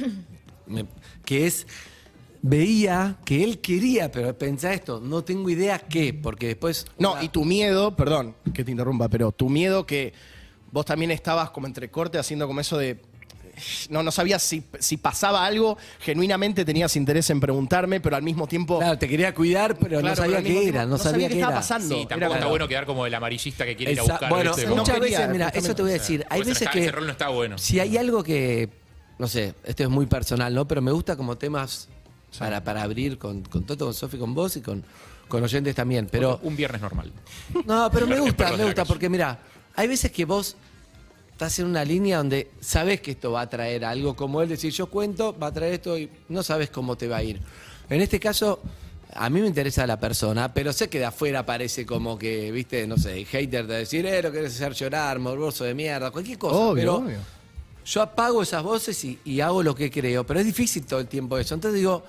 S4: Me- que es, veía que él quería, pero pensá esto, no tengo idea qué, porque después...
S8: No,
S4: una-
S8: y tu miedo, perdón que te interrumpa, pero tu miedo que vos también estabas como entre corte haciendo como eso de. No, no sabías si, si pasaba algo, genuinamente tenías interés en preguntarme, pero al mismo tiempo.
S4: Claro, te quería cuidar, pero
S8: Claro,
S4: no
S8: pero
S4: sabía
S8: al mismo
S4: qué
S8: tiempo
S4: era, no, sabía, qué
S8: estaba
S4: era.
S8: pasando.
S6: Sí,
S8: Era
S6: tampoco está
S8: como-
S6: bueno quedar como el amarillista que quiere ir a
S4: Esa-
S6: buscar.
S4: bueno,
S6: ¿viste?
S8: no
S4: muchas
S8: quería,
S4: veces, mira,
S8: justamente.
S4: eso te voy a decir. Hay
S6: Pues,
S4: veces
S6: está-
S4: que.
S6: ese rol no está bueno.
S4: Si hay algo que. No sé, esto es muy personal, ¿no? Pero me gusta como temas para, para abrir con, con Toto, con Sofi, con vos y con, con oyentes también. Pero.
S6: un viernes normal.
S4: No, pero
S6: Perros
S4: me
S6: de
S4: gusta,
S6: la
S4: me gusta,
S6: calle.
S4: porque mira, hay veces que vos estás en una línea donde sabes que esto va a traer algo, como él decir, yo cuento, va a traer esto y no sabes cómo te va a ir. En este caso, a mí me interesa la persona, pero sé que de afuera parece como que, viste, no sé, hater de decir, eh, lo querés hacer llorar, morboso de mierda, cualquier cosa.
S8: Obvio,
S4: pero
S8: obvio.
S4: yo apago esas voces y, y hago lo que creo, pero es difícil todo el tiempo eso. Entonces digo,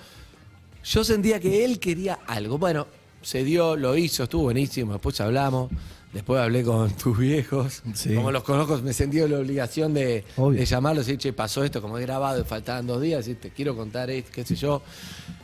S4: yo sentía que él quería algo. Bueno, se dio, lo hizo, estuvo buenísimo, después hablamos, después hablé con tus viejos.
S8: Sí.
S4: Como los conozco, me sentí la obligación de,
S8: Obvio.
S4: de llamarlos y decir, che, pasó esto, como he grabado, faltaban dos días, y te quiero contar esto, qué sé yo.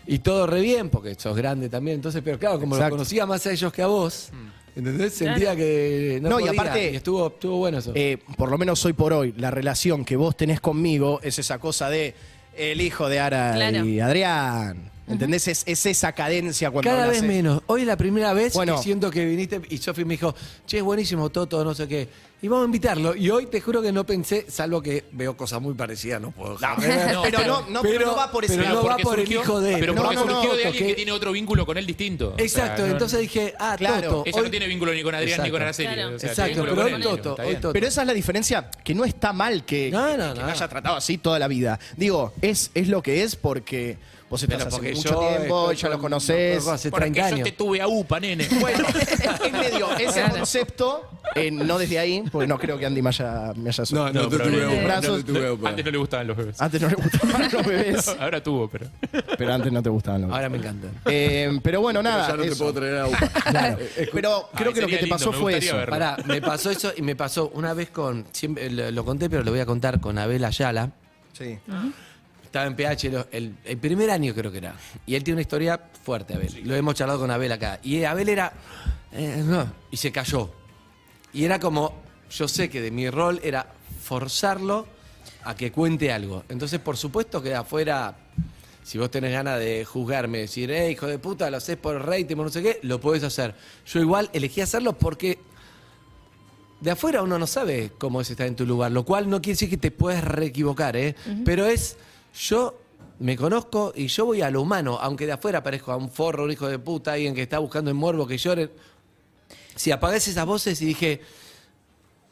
S4: Y todo re bien, porque sos grande también. Entonces, pero claro, como
S8: Exacto.
S4: los conocía más a ellos que a vos, ¿entendés? Sentía que no,
S8: No, y
S4: podía,
S8: aparte-
S4: y estuvo, estuvo bueno eso.
S8: Eh, por lo menos hoy por hoy, la relación que vos tenés conmigo es esa cosa de el hijo de Ara
S7: Claro.
S8: y Adrián. ¿Entendés? Es, es esa cadencia cuando
S4: Cada
S8: hablas,
S4: vez
S8: eh.
S4: menos. Hoy es la primera vez
S8: Bueno.
S4: que siento que viniste y Sofi me dijo, che, es buenísimo Toto, no sé qué. Y vamos a invitarlo. Y hoy te juro que no pensé, salvo que veo cosas muy parecidas, no puedo dejar de ver.
S6: no,
S8: pero no, no, pero no va por ese
S4: pero
S8: lado,
S4: no va
S6: porque
S4: por
S6: surgió-
S4: el hijo de él.
S6: Pero
S8: No,
S6: porque
S8: no, no,
S6: surgió de alguien
S4: Toto,
S6: que
S4: que-
S6: tiene otro vínculo con él distinto. O sea,
S4: Exacto,
S6: no-
S4: entonces dije, ah,
S8: Claro,
S4: Toto.
S6: Ella
S4: hoy-
S6: no tiene vínculo ni con Adrián ni
S4: Exacto.
S6: con Araceli.
S7: Claro.
S6: o sea,
S4: Exacto,
S6: tiene vínculo
S4: pero
S6: con
S4: hoy
S6: él,
S4: Toto,
S6: está
S4: hoy
S6: bien.
S4: Toto.
S8: Pero esa es la diferencia, que no está mal que,
S4: No,
S8: que-
S4: no,
S8: que
S4: no.
S8: me haya tratado así toda la vida. Digo, es, es lo que es porque vos estás
S4: Pero
S8: hace
S4: porque
S8: mucho
S4: yo
S8: tiempo,
S4: estoy
S8: ya lo
S4: con-
S8: conocés.
S4: conozco hace
S6: Porque
S4: 30
S6: yo
S4: años.
S6: te tuve a UPA, nene.
S8: Bueno, es medio ese concepto, eh, no desde ahí, porque no creo que Andy me haya, me haya soltado
S4: no te
S8: los
S4: tuve
S6: upa, no
S8: brazos.
S6: Antes no le gustaban los
S4: Ah,
S6: bebés.
S8: Antes no le gustaban los bebés,
S6: Ahora tuvo, pero.
S8: pero antes no te gustaban los bebés.
S4: Ahora me encanta.
S8: Eh, pero bueno, nada. eso.
S4: traer a UPA.
S8: Claro. Pero creo
S6: Ay,
S8: que lo que
S6: sería
S8: te
S6: lindo,
S8: pasó
S6: me
S8: fue
S6: gustaría
S8: eso.
S6: verlo.
S4: Pará, me pasó eso y me pasó una vez con, siempre lo, lo conté, pero lo voy a contar con Abel Ayala.
S8: Sí.
S4: Estaba en PH lo- el, el primer año creo que era. Y él tiene una historia fuerte, Abel. Lo hemos charlado con Abel acá. Y Abel era... eh, no, y se cayó. Y era como, yo sé que de mi rol era forzarlo a que cuente algo. Entonces, por supuesto que de afuera, si vos tenés ganas de juzgarme, decir, eh, hijo de puta, lo haces por rating, por no sé qué, lo podés hacer. Yo igual elegí hacerlo porque de afuera uno no sabe cómo es estar en tu lugar, lo cual no quiere decir que te puedes reequivocar, ¿eh? Pero es, yo me conozco y yo voy a lo humano, aunque de afuera parezco a un forro, un hijo de puta, alguien que está buscando en morbo que llore. Si apagás esas voces y dije,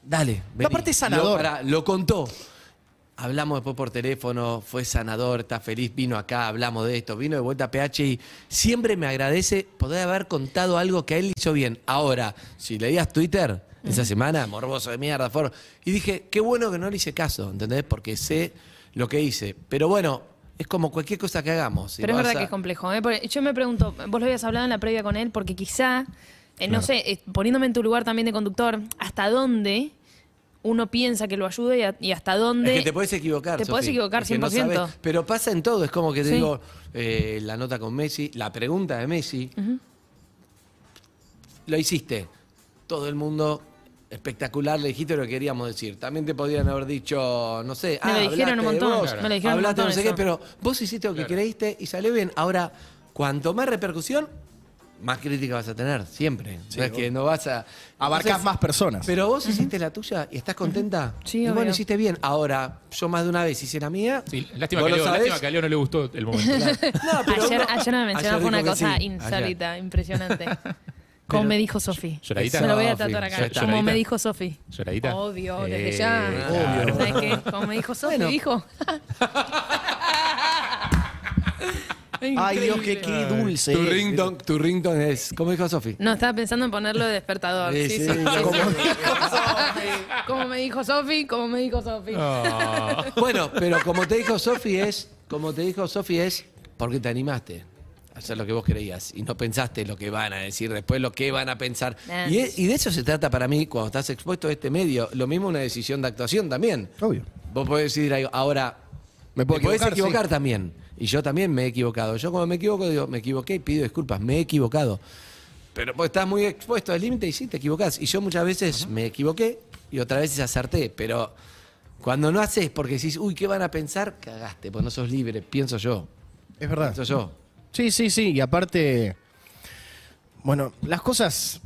S4: dale, vení.
S8: aparte es
S4: Lo-
S8: sanador.
S4: pará, lo contó. Hablamos después por teléfono, fue sanador, está feliz, vino acá, hablamos de esto, vino de vuelta a PH y siempre me agradece poder haber contado algo que a él le hizo bien. Ahora, si leías Twitter esa semana, morboso de mierda, forro, y dije, qué bueno que no le hice caso, ¿entendés? Porque sé lo que hice. Pero bueno, es como cualquier cosa que hagamos. Si
S7: Pero es
S4: vas
S7: verdad
S4: a-
S7: que es complejo. ¿eh? Porque Yo me pregunto, vos lo habías hablado en la previa con él, porque quizá Eh, No sé, eh, poniéndome en tu lugar también de conductor, ¿hasta dónde uno piensa que lo ayude y, a- y hasta dónde...
S4: Es que te puedes equivocar.
S7: Te podés
S4: Sofi,
S7: equivocar
S4: es que no
S7: 100%.
S4: sabes. pero pasa en todo. Es como que te
S7: Sí.
S4: digo eh, la nota con Messi, la pregunta de Messi. Lo hiciste. Todo el mundo espectacular le dijiste lo que queríamos decir. También te podrían haber dicho, no sé,
S7: Me lo
S4: ah,
S7: dijeron un
S4: hablaste de
S7: montón,
S4: vos,
S7: me lo dijeron un
S4: hablaste
S7: montón
S4: no sé
S7: eso.
S4: qué, pero vos hiciste lo que creíste y salió bien. Ahora, cuanto más repercusión, más crítica vas a tener, siempre. No es que no vas a...
S8: Abarcás
S4: Entonces,
S8: más personas.
S4: pero vos hiciste la tuya y estás contenta.
S7: Sí,
S4: y
S7: obvio.
S4: bueno, hiciste bien. Ahora, yo más de una vez hice la mía.
S6: Sí, lástima,
S4: ¿Vos
S6: que a
S4: lo
S6: Leo,
S4: sabés?
S6: lástima que a Leo no le gustó el momento.
S4: No, pero
S7: Ayer,
S4: uno-
S7: ayer me mencionaba fue
S4: dijo
S7: una
S4: que
S7: cosa
S4: sí,
S7: insólita, impresionante. Como me dijo Sofi.
S6: Lloradita.
S7: Me lo voy a
S4: Sofi,
S7: tatuar acá.
S6: lloradita.
S7: Como me dijo Sofi.
S6: ¿Lloradita?
S7: Obvio, desde
S6: Eh,
S7: ya.
S6: claro.
S7: ¿Sabes qué? Como me dijo Sofi,
S4: Bueno.
S7: dijo.
S8: Ay, Dios,
S7: Increíble.
S8: qué, qué dulce.
S4: Tu ringtone, tu ringtone es, como dijo Sofi.
S7: No, estaba pensando en ponerlo de despertador. Sí, sí. sí, sí.
S4: como-
S7: Como me dijo Sofi, como me dijo Sofi.
S6: Ah.
S4: Bueno, pero como te dijo Sofi es, como te dijo Sofi es, porque te animaste a hacer lo que vos creías y no pensaste lo que van a decir después, lo que van a pensar.
S7: Ah.
S4: Y, es- y de eso se trata para mí cuando estás expuesto a este medio. Lo mismo una decisión de actuación también.
S8: Obvio.
S4: Vos podés decir algo, ahora,
S8: Me puedo
S4: te podés
S8: equivocar,
S4: equivocar
S8: sí.
S4: también. Y yo también me he equivocado. Yo cuando me equivoco digo, me equivoqué, pido disculpas, me he equivocado. Pero vos estás muy expuesto al límite y sí, te equivocás. Y yo muchas veces me equivoqué y otras veces acerté, pero cuando no haces porque decís, uy, ¿qué van a pensar? Cagaste, pues no sos libre, pienso yo.
S8: Es verdad.
S4: Pienso yo.
S8: Sí, sí, sí. Y aparte, bueno, las cosas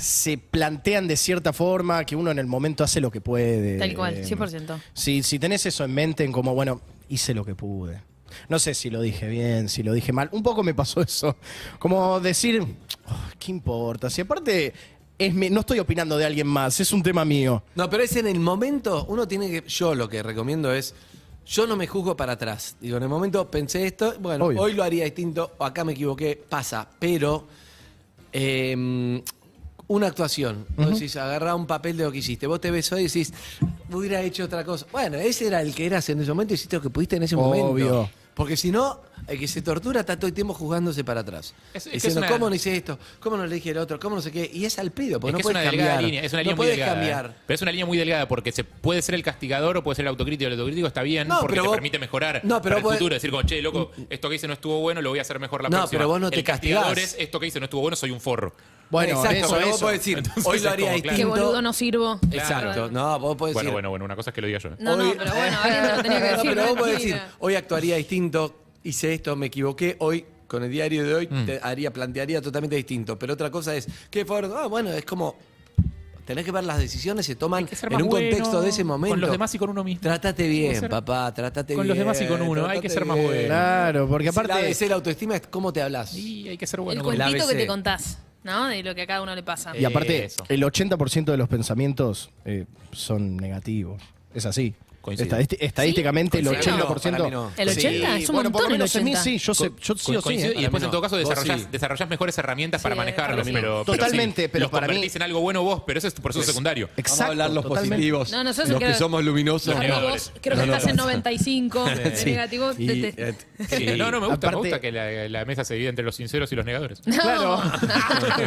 S8: se plantean de cierta forma que uno en el momento hace lo que puede.
S7: Tal cual, 100%.
S8: Si, si tenés eso en mente, en como, bueno, hice lo que pude. No sé si lo dije bien, si lo dije mal. Un poco me pasó eso. Como decir, "Oh, ¿qué importa? Si aparte, es mi- no estoy opinando de alguien más, es un tema mío.
S4: No, pero es en el momento, uno tiene que. Yo lo que recomiendo es. Yo no me juzgo para atrás. Digo, en el momento pensé esto, bueno,
S8: Obvio.
S4: hoy lo haría distinto, o acá me equivoqué, pasa. Pero. eh, una actuación. Vos decís, agarrá un papel de lo que hiciste. Vos te ves hoy y decís, hubiera hecho otra cosa. Bueno, ese era el que eras en ese momento, hiciste lo que pudiste en ese momento.
S8: Obvio.
S4: Porque si no, el que se tortura está todo el tiempo juzgándose para atrás.
S6: Es- es que es
S4: Diciendo,
S6: una-
S4: ¿cómo no hice esto? ¿Cómo no le dije el otro? ¿Cómo no sé qué? Y es al pedo, porque
S6: es que
S4: no
S6: es una
S4: puedes
S6: delgada
S4: cambiar.
S6: línea, es una línea
S4: no
S6: muy
S4: puedes
S6: delgada.
S4: cambiar.
S6: ¿eh? Pero es una línea muy delgada porque se puede ser el castigador o puede ser el autocrítico. El autocrítico está bien
S4: No,
S6: porque
S4: pero
S6: te
S4: vos-
S6: permite mejorar
S4: No, pero
S6: para el
S4: vos- Mm,
S6: futuro. Decir, como, che, loco, esto que hice no estuvo bueno, lo voy a hacer mejor la
S4: No,
S6: próxima.
S4: pero vos no
S6: el
S4: te
S6: castigador
S4: castigás.
S6: es esto que hice no estuvo bueno, soy un forro.
S8: Bueno,
S4: Exacto,
S8: eso,
S4: pero vos
S8: eso.
S4: podés decir,
S6: Entonces
S4: hoy
S6: es
S4: lo haría
S6: como, claro.
S4: distinto.
S7: Qué boludo no sirvo.
S4: Exacto, no, vos podés
S6: Bueno,
S4: decir.
S6: bueno, bueno, una cosa es que lo diga yo. ¿eh?
S7: No, no, pero bueno, alguien te lo tenía que
S4: No,
S7: decir.
S4: pero
S7: no
S4: vos podés
S7: cualquiera.
S4: decir, hoy actuaría distinto, hice esto, me equivoqué, hoy con el diario de hoy
S6: Mm.
S4: te haría, plantearía totalmente distinto. Pero otra cosa es, qué forro, ah, bueno, es como. Tenés que ver las decisiones se toman
S6: Hay que ser
S4: en
S6: más
S4: un contexto
S6: bueno
S4: de ese momento.
S6: con los demás y con uno mismo.
S4: Trátate
S6: Puede
S4: bien,
S6: ser.
S4: papá, trátate
S6: Con
S4: bien.
S6: los demás y con uno, hay
S4: trátate
S6: que ser más
S4: bien.
S6: bueno.
S8: Claro, porque
S4: Si la
S8: aparte.
S4: ABC, la autoestima es cómo te hablas.
S6: Y hay que ser
S7: El
S6: bueno. con-
S4: cuento-
S7: cuentito
S4: el
S7: que
S4: ABC.
S7: te contás, ¿no? De lo que a cada uno le pasa.
S8: Y aparte,
S6: Eso.
S8: el 80% de los pensamientos eh, son negativos. Es así.
S6: Coincido.
S8: Estadisti- estadísticamente, el
S7: ¿Sí? Coincido.
S8: 80%.
S4: Para mí no.
S7: ¿El 80? Es Ah, un
S8: bueno, por lo
S7: montón el
S8: menos en mí
S7: 80.
S8: sí. Yo, sé, yo sí o sí.
S6: coincido,
S8: ¿eh?
S6: y después en todo caso
S4: Vos
S6: desarrollás,
S4: sí.
S6: desarrollás mejores herramientas para
S7: Sí,
S6: manejarlos.
S7: para mí no.
S6: pero,
S8: Totalmente,
S6: sí,
S8: pero
S6: los
S8: para mí-
S6: convertís en algo bueno vos, pero eso es por eso secundario.
S4: Vamos a
S8: Exacto,
S4: hablar los
S8: totalmente.
S4: positivos,
S7: No, nosotros
S4: los que
S7: creo-
S4: somos luminosos.
S7: Carlos,
S6: no,
S7: vos creo que
S4: no, no,
S7: estás en
S4: no.
S7: 95, de
S4: Sí.
S7: negativo.
S4: Y,
S7: te- te-
S4: eh,
S6: Sí, No, no, me gusta, me
S8: Aparte-
S6: gusta que la, la mesa se divida entre los sinceros y los negadores.
S7: No.
S8: Claro.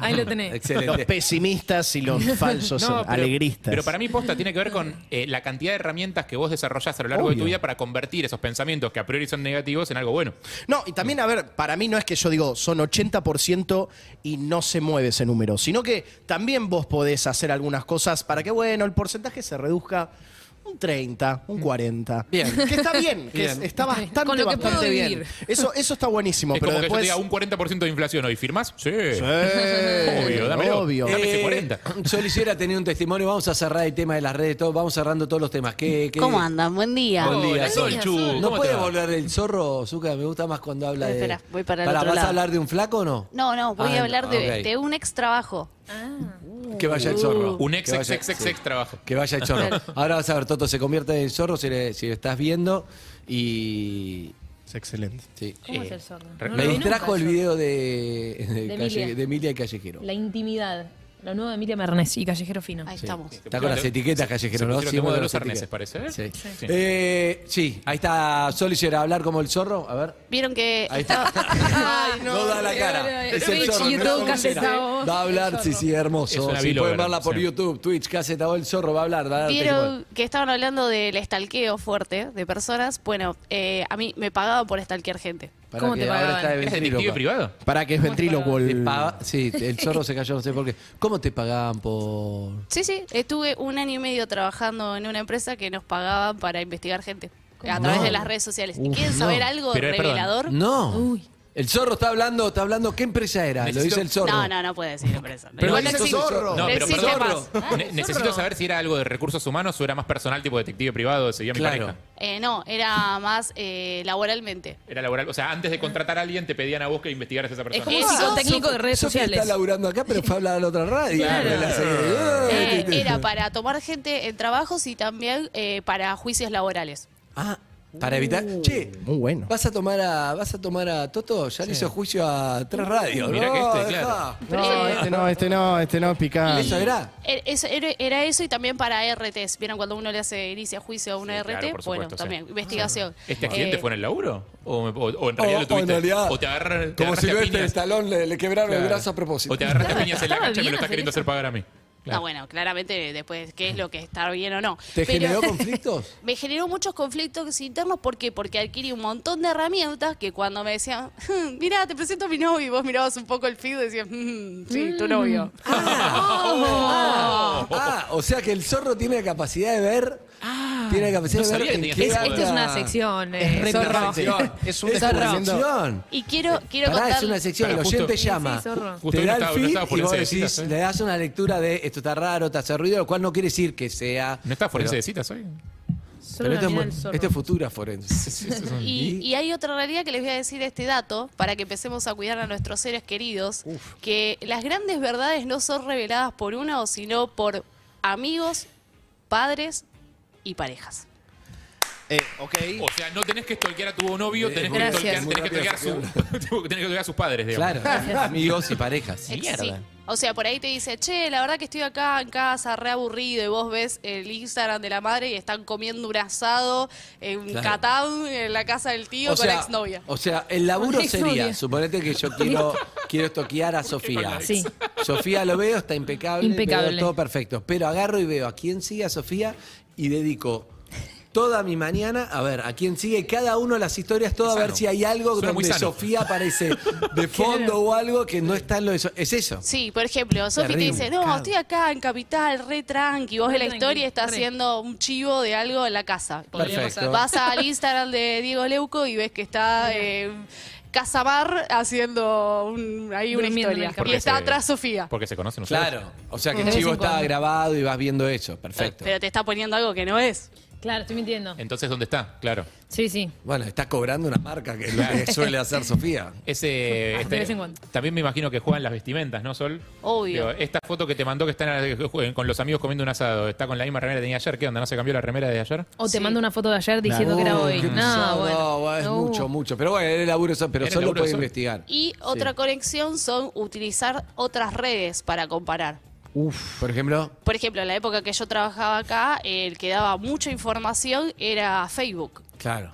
S7: Ahí lo tenés.
S8: Los
S4: Excelente.
S8: pesimistas y los falsos
S6: No, pero-
S8: alegristas.
S6: Pero para mí posta tiene que ver con eh, la cantidad de herramientas que vos desarrollás a lo largo de
S8: Obvio.
S6: tu vida para convertir esos pensamientos que a priori son negativos en algo bueno.
S8: No, y también, a ver, para mí no es que yo digo son 80% y no se mueve ese número, sino que también vos podés hacer algunas cosas para que, bueno, el porcentaje se reduzca un 30, un 40.
S4: Bien.
S8: Que está bien, que
S4: Bien.
S8: es- está bastante,
S7: Con lo que
S8: bastante
S7: puedo
S8: bien.
S7: vivir.
S8: Eso, eso está buenísimo,
S6: es
S8: pero
S6: como
S8: después...
S6: que yo te diga un 40% de inflación hoy. ¿Firmás? Sí.
S8: Eh,
S6: Obvio, dámelo.
S8: obvio.
S10: Eh,
S6: Dame ese 40.
S4: Eh, Yo le hiciera tener un testimonio. Vamos a cerrar el tema de las redes. todo- vamos cerrando todos los temas. ¿Qué, qué-
S11: ¿Cómo andan? Buen día.
S4: Buen día.
S6: Hola, Solchu.
S4: ¿No
S6: ¿cómo
S4: puede
S6: te va?
S4: volver el zorro, Zucca? Me gusta más cuando habla de.
S11: Espera, voy para el
S4: Pará,
S11: otro
S4: ¿Vas a
S11: lado.
S4: hablar de un flaco o no?
S11: No, no, voy
S4: Ah,
S11: a hablar de,
S4: ok. Uh,
S11: de un ex trabajo. Uh.
S4: Que vaya el zorro.
S6: Un ex,
S4: Que
S6: ex,
S4: vaya-
S6: ex, ex,
S4: sí.
S6: ex trabajo.
S4: Que vaya el zorro. Ahora vas a ver, Toto se convierte en zorro si, le- si lo estás viendo. Y.
S8: Es excelente.
S4: sí.
S7: ¿Cómo es el zorro? No
S4: Eh, Me
S7: lo vi
S4: distrajo
S7: nunca
S4: el
S7: yo.
S4: video de, de,
S7: De
S4: Calle-
S7: Emilia.
S4: de Emilia y Callejero.
S7: La intimidad. Lo nuevo de Emilia Mernes y Callejero Fino.
S11: Ahí estamos.
S4: Está con las etiquetas callejero,
S6: Se
S4: ¿no?
S6: pusieron de
S4: con
S6: moda
S4: las
S6: los arneses,
S4: etiquetas.
S6: parece, ¿eh?
S4: Sí.
S6: Sí.
S4: Eh, sí, ahí está Soliger a hablar como el zorro. A ver.
S11: Vieron que
S4: Ahí
S11: estaba-
S4: está. no, da la cara. Es el
S7: Twitch,
S4: zorro. no es
S7: YouTube,
S4: Solsera.
S7: Caseta O.
S4: Va a hablar, sí, sí,
S6: Es
S4: hermoso.
S6: una
S4: Si pueden
S6: bilógra,
S4: verla por
S6: sí.
S4: YouTube, Twitch, Caseta O, el zorro va a hablar. Va a dar testimonio.
S11: Vieron que estaban hablando del estalqueo fuerte de personas. Bueno, eh, a mí me pagaba por estalquear gente.
S4: Para
S7: ¿Cómo
S4: que
S7: te
S4: ahora
S7: pagaban?
S4: está de
S6: ¿Eres
S4: ventríloco.
S6: detective privado?
S8: Para que es
S4: Te
S8: ventríloco.
S4: paga- Sí, el zorro se cayó, no sé por qué. ¿Cómo te pagaban por...?
S11: Sí, sí, estuve un año y medio trabajando en una empresa que nos pagaba para investigar gente a través
S4: No.
S11: de las redes sociales. ¿Y
S4: Uf,
S11: quieren
S4: no.
S11: saber algo
S6: Pero, eh, perdón.
S11: revelador?
S4: No.
S7: Uy.
S4: El zorro está hablando, está hablando, ¿qué empresa era? Lo
S6: Necesito-
S4: dice el zorro.
S11: No, no, no puede decir empresa.
S6: Pero
S11: Igual
S6: no,
S11: no
S6: eso es
S11: existe.
S6: No,
S11: No
S6: pero
S11: existe
S6: perdón.
S11: más.
S6: Ne- necesito saber si era algo de recursos humanos o era más personal, tipo detective privado, seguía mi
S4: Claro.
S6: pareja.
S11: Eh, no, era más eh, laboralmente.
S6: Era laboral. O sea, antes de contratar a alguien, te pedían a vos que investigaras a esa persona.
S7: Es como un
S11: Eso.
S7: psicotécnico de redes
S4: Ah, Sofi
S7: sociales.
S4: está laburando acá, pero fue a hablar a la otra radio.
S7: Claro.
S4: De la
S8: Ah.
S4: serie.
S11: Eh, era para tomar gente en trabajos y también eh, para juicios laborales.
S4: Ah, para evitar... Che,
S8: Uh, Muy bueno.
S4: ¿vas a tomar a, vas a, tomar a Toto? Ya le hizo juicio a tres radios.
S6: Mirá
S4: no,
S6: que este,
S4: dejá.
S6: claro.
S10: eh,
S8: No, este no, este no, este no es
S7: Ah.
S4: ¿Eso
S8: picante.
S4: era?
S11: Er- eso- Era era eso y también para RTs. ¿Vieron cuando uno le hace inicia juicio a una
S6: Sí,
S11: RT?
S6: claro, por
S11: bueno,
S6: supuesto, sí.
S11: también, investigación.
S6: ¿Este accidente
S11: Eh,
S6: fue en el laburo? ¿O, o- o en realidad
S4: O-
S6: lo tuviste?
S4: o Oh, en realidad,
S6: ¿O te agarraron te
S4: Como
S6: agarraste a
S4: Silvestre
S6: piñas?
S4: el talón, le, le quebraron el
S6: Claro.
S4: brazo a propósito.
S6: O te agarraste a piñas en la
S7: Estaba
S6: cancha y me
S7: bien
S6: lo estás
S7: hacer
S6: queriendo
S7: eso.
S6: hacer pagar a mí.
S11: No, bueno, claramente después qué es lo que está bien o no.
S4: ¿Te
S11: Pero-
S4: generó conflictos?
S11: Me generó muchos conflictos internos. ¿Por qué? Porque adquirí un montón de herramientas que cuando me decían, "Hmm, mira, te presento a mi novio, y vos mirabas un poco el feed y decías, "Mm, sí, tu novio.
S7: oh.
S4: Ah, ah, o sea que el zorro tiene la capacidad de ver. tiene la capacidad
S6: no
S4: de
S6: sabía
S4: ver.
S6: que
S4: en
S6: tenías
S4: qué
S6: esa
S7: Es- Ah. Esto es
S4: habla-
S7: una sección. eh,
S8: re
S7: zorro.
S8: picante. Es un
S4: Es una
S8: descubrimiento.
S4: sección.
S11: Y quiero, quiero
S4: Pará,
S11: contar.
S4: es una sección, el
S6: Pero
S4: oyente
S6: justo-
S7: Sí,
S4: llama,
S7: sí, zorro.
S6: Justo
S4: te
S6: hoy no
S4: da
S6: estaba-
S4: el
S6: no
S4: feed
S6: estaba
S4: y
S6: forense
S4: vos
S6: de
S4: decís,
S6: citas, ¿eh?
S4: le das una lectura de esto está raro, te hace ruido, lo cual no quiere decir que sea...
S6: ¿No estás forense de citas hoy?
S7: Solo
S4: Pero esto,
S7: la mina
S4: es, mu-
S7: del zorro.
S4: esto es futura forense.
S11: Y, y hay otra realidad que les voy a decir este dato para que empecemos a cuidar a nuestros seres queridos, que las grandes verdades no son reveladas por uno, sino por amigos, padres y parejas.
S8: Eh, ok.
S6: O sea, no tenés que stalkear a tu novio, tenés que
S7: Gracias.
S6: stalkear, tenés que stalkear a su- tipo, tenés que stalkear a sus padres, digamos.
S4: Claro, amigos y parejas.
S11: Ex- sí. O sea, por ahí te dice, che, la verdad que estoy acá en casa, re aburrido, y vos ves el Instagram de la madre y están comiendo un asado en
S4: Claro.
S11: Catán, en la casa del tío,
S4: O
S11: con la
S4: sea,
S11: exnovia.
S4: o sea, el
S7: Con
S4: laburo
S7: la exnovia.
S4: sería, suponete que yo quiero, quiero toquear a Sofía.
S7: ex? Sí.
S4: Sofía lo veo, está impecable,
S7: Impecable.
S4: veo todo perfecto. Pero agarro y veo a quién sigue a Sofía y dedico toda mi mañana a ver a quién sigue cada uno las historias, todo a
S6: Sano.
S4: ver si hay algo
S6: Suena muy
S4: donde
S6: sano.
S4: Sofía aparece de fondo o algo que no está en lo de So- Es eso.
S11: Sí, por ejemplo, Sofi te
S4: Terrible.
S11: dice, no,
S4: Claro.
S11: estoy acá en Capital, re tranqui. Vos
S7: Re
S11: ves la
S7: tranqui,
S11: historia y está
S7: re.
S11: haciendo un chivo de algo en la casa.
S7: Podría
S4: Perfecto.
S7: pasar.
S11: Vas al Instagram de Diego Leuco y ves que está en Casamar haciendo un- ahí una
S7: Durmiendo en el
S11: historia.
S7: campo.
S11: Y está atrás Sofía.
S6: Porque se conocen ustedes.
S4: Claro. O sea que el
S7: De vez
S4: chivo
S7: en
S4: estaba
S7: cuando.
S4: grabado y vas viendo eso. Perfecto.
S11: Pero te está poniendo algo que no es.
S7: Claro, estoy mintiendo.
S6: Entonces, ¿dónde está? Claro.
S7: Sí, sí.
S4: Bueno, está cobrando una marca que es lo que suele hacer Sofía.
S6: Ese, este,
S7: vez en cuando.
S6: También me imagino que juegan las vestimentas, ¿no, Sol?
S11: Obvio.
S6: Digo, esta foto que te mandó que están eh, que juegan con los amigos comiendo un asado, está con la misma remera que tenía ayer. ¿Qué onda? ¿No se cambió la remera de ayer?
S7: O te
S11: Sí.
S7: mando una foto de ayer diciendo
S4: Nah.
S7: que era
S4: Oh,
S7: hoy.
S4: qué
S7: No,
S4: pesado.
S7: bueno.
S4: No, bueno, es
S7: No.
S4: mucho, mucho. Pero bueno, el laburo, so- pero
S6: Era el
S4: solo
S6: laburo
S4: puede
S6: solo.
S4: investigar.
S11: Y otra conexión son utilizar otras redes para comparar.
S4: Uf. Por ejemplo,
S11: Por ejemplo, en la época que yo trabajaba acá, el que daba mucha información era Facebook.
S4: claro.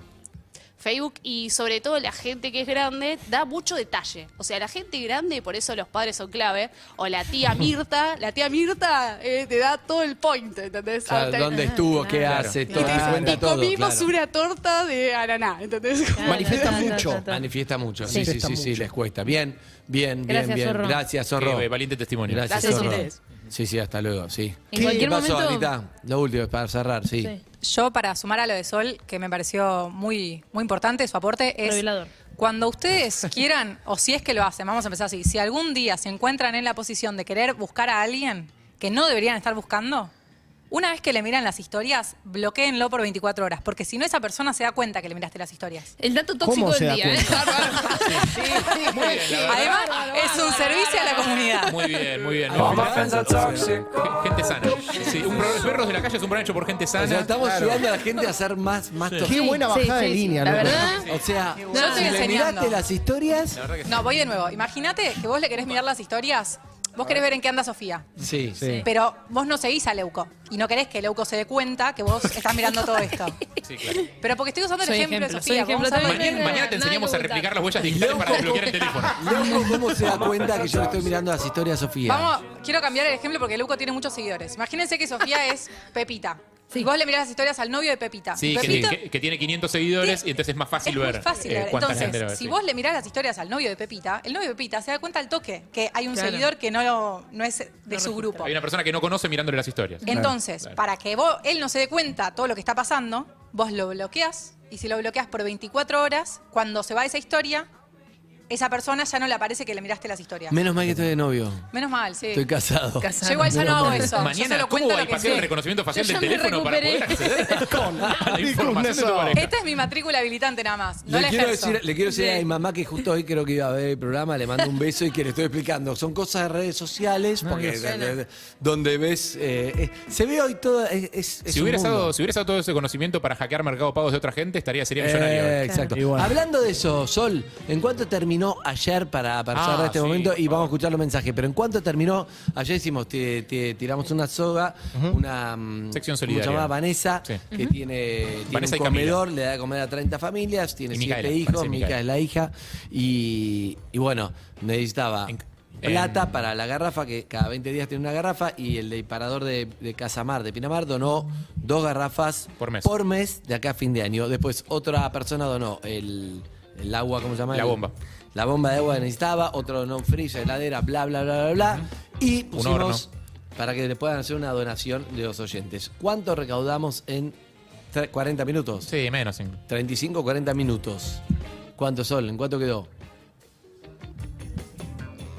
S11: Facebook y sobre todo la gente que es grande da mucho detalle. O sea, la gente grande, y por eso los padres son clave, o la tía Mirta, la tía Mirta eh, te da todo el point, ¿entendés?
S4: O sea,
S11: Hasta-
S4: ¿Dónde estuvo? ¿Qué
S7: claro.
S4: hace?
S11: Y
S4: Todo,
S11: te dice,
S4: te cuenta
S11: "Y
S4: todo.
S11: comimos
S4: claro.
S11: una torta de ananá, ¿entendés?
S7: Claro,
S8: Manifiesta
S7: ta, ta, ta,
S8: mucho.
S7: ta, ta.
S4: Manifiesta mucho. Sí, sí,
S8: Manifiesta
S4: sí, sí,
S8: mucho.
S4: les cuesta. Bien, bien, bien,
S7: Gracias,
S4: bien.
S7: Zorro.
S4: Gracias, Zorro.
S6: Qué, eh, valiente testimonio.
S4: Gracias,
S11: Gracias a
S4: Zorro.
S11: ustedes.
S4: Sí, sí, hasta luego, sí.
S7: En cualquier
S4: ¿Qué pasó,
S7: momento-
S4: Anita? Lo último, para cerrar, sí.
S7: Sí.
S10: Yo, para sumar a lo de Sol, que me pareció muy, muy importante su aporte, es
S7: Revelador.
S10: cuando ustedes quieran, o si es que lo hacen, vamos a empezar así, si algún día se encuentran en la posición de querer buscar a alguien que no deberían estar buscando, una vez que le miran las historias, bloquéenlo por 24 horas, porque si no esa persona se da cuenta que le miraste las historias.
S7: El dato
S8: ¿Cómo
S7: tóxico
S8: se da
S7: del día, ¿eh?
S10: Además, es un servicio a la comunidad.
S6: Muy bien, muy bien. No, gen- gente sana. Sí, un pro- Perros de la calle es un programa hecho por gente
S4: O sea,
S6: sana.
S4: estamos ayudando a la gente a ser más, más
S8: Qué
S4: tóxica.
S8: buena
S7: Sí,
S8: bajada
S7: sí,
S8: de
S7: sí.
S8: línea,
S7: La
S8: ¿no?
S7: verdad,
S4: O sea,
S10: bueno. Yo estoy
S4: si le
S10: enseñando. Ah,
S4: miraste las historias,
S10: No, voy de nuevo. Imagínate que vos le querés mirar las historias Vos querés ver en qué anda Sofía.
S4: Sí.
S8: Sí.
S10: Pero vos no seguís a Leuco y no querés que Leuco se dé cuenta que vos estás mirando todo esto.
S6: Sí, claro.
S10: Pero porque estoy usando el
S7: Soy
S10: ejemplo, de
S7: ejemplo, soy
S10: Sofía.
S7: ejemplo
S10: vamos a ver.
S7: también.
S6: Mañana, mañana
S7: Nada
S6: te enseñamos
S7: que
S6: a
S7: ocultar.
S6: replicar las huellas digitales para desbloquear el teléfono.
S4: Loco, ¿cómo se da cuenta que yo le estoy mirando las historias a Sofía?
S10: Vamos, quiero cambiar el ejemplo porque Leuco tiene muchos seguidores. Imagínense que Sofía es Pepita.
S7: Sí.
S10: Y vos le mirás las historias al novio de Pepita.
S6: Sí,
S10: Y
S6: que,
S10: Pepita
S6: que- que tiene 500 seguidores y entonces es más fácil
S10: es
S6: ver.
S10: muy fácil.
S6: eh,
S10: ver.
S6: cuánta gente lo ve,
S10: Entonces, si
S6: sí.
S10: vos le mirás las historias al novio de Pepita, el novio de Pepita se da cuenta al toque que hay un
S7: Claro.
S10: seguidor que no, lo- no es de su grupo.
S6: Hay una persona que no conoce mirándole las historias.
S10: Entonces,
S6: Claro.
S10: para que vos, él no se dé cuenta todo lo que está pasando, vos lo bloqueás. Y si lo bloqueás por 24 horas, cuando se va esa historia, esa persona ya no le aparece que le miraste las historias.
S4: Menos mal que estoy de novio.
S10: Menos mal, sí.
S4: Estoy casado.
S7: Casado.
S10: Yo igual ya no
S4: Menos
S10: hago
S4: mal.
S10: eso. Yo
S6: Mañana,
S10: solo
S6: ¿cómo
S10: cuento lo que
S6: bypasear el
S10: sé.
S6: reconocimiento facial
S7: Yo
S6: del
S7: ya me
S6: teléfono para poder
S7: recuperé.
S6: acceder a la
S8: Con
S6: información de tu
S8: eso.
S6: pareja?
S10: Esta es mi matrícula habilitante nada más. No
S4: Le
S10: la
S4: quiero,
S10: ejerzo.
S4: decir, le quiero decir a
S7: Sí.
S4: mi mamá que justo hoy creo que iba a ver el programa, le mando un beso y que le estoy explicando. Son cosas de redes sociales, porque donde, ves. eh, eh, se ve hoy todo. Es, es- es
S6: Si
S4: un
S6: hubieras,
S4: mundo.
S6: dado, si hubieras dado todo ese conocimiento para hackear mercado pagos de otra gente, estaría sería millonario.
S4: Eh,
S6: hoy.
S4: exacto.
S8: Claro. Y bueno.
S4: Hablando de eso, Sol, ¿en cuánto terminó ayer para, para
S6: Ah,
S4: cerrar este
S6: sí,
S4: momento? Y
S6: por
S4: vamos a escuchar los mensajes. Pero ¿en cuánto terminó? Ayer hicimos, te- te- tiramos una soga, una mm,
S6: Sección
S4: ¿cómo
S6: solidaria.
S4: se llamaba Vanessa,
S6: Sí.
S4: que tiene, tiene
S6: Vanessa
S4: un
S6: y Camila.
S4: comedor, le da de comer a 30 familias, tiene
S6: Y Micaela,
S4: siete hijos,
S6: parece Micaela.
S4: Mica es la hija. Y, y bueno, necesitaba
S6: En-
S4: plata
S6: en-
S4: para la garrafa, que cada 20 días tiene una garrafa, y el disparador de, de Casamar, de Pinamar, donó dos garrafas
S6: Por mes.
S4: por mes de acá a fin de año. Después otra persona donó el, el agua, ¿cómo se llama?
S6: La
S4: El-
S6: bomba.
S4: La bomba de agua que necesitaba, otro donó un freezer, heladera, bla, bla, bla, bla, bla. Y pusimos para que le puedan hacer una donación de los oyentes. ¿Cuánto recaudamos en tre- 40 minutos?
S6: Sí, menos. cinco.
S4: 35, 40 minutos. ¿Cuánto sol? ¿En cuánto quedó?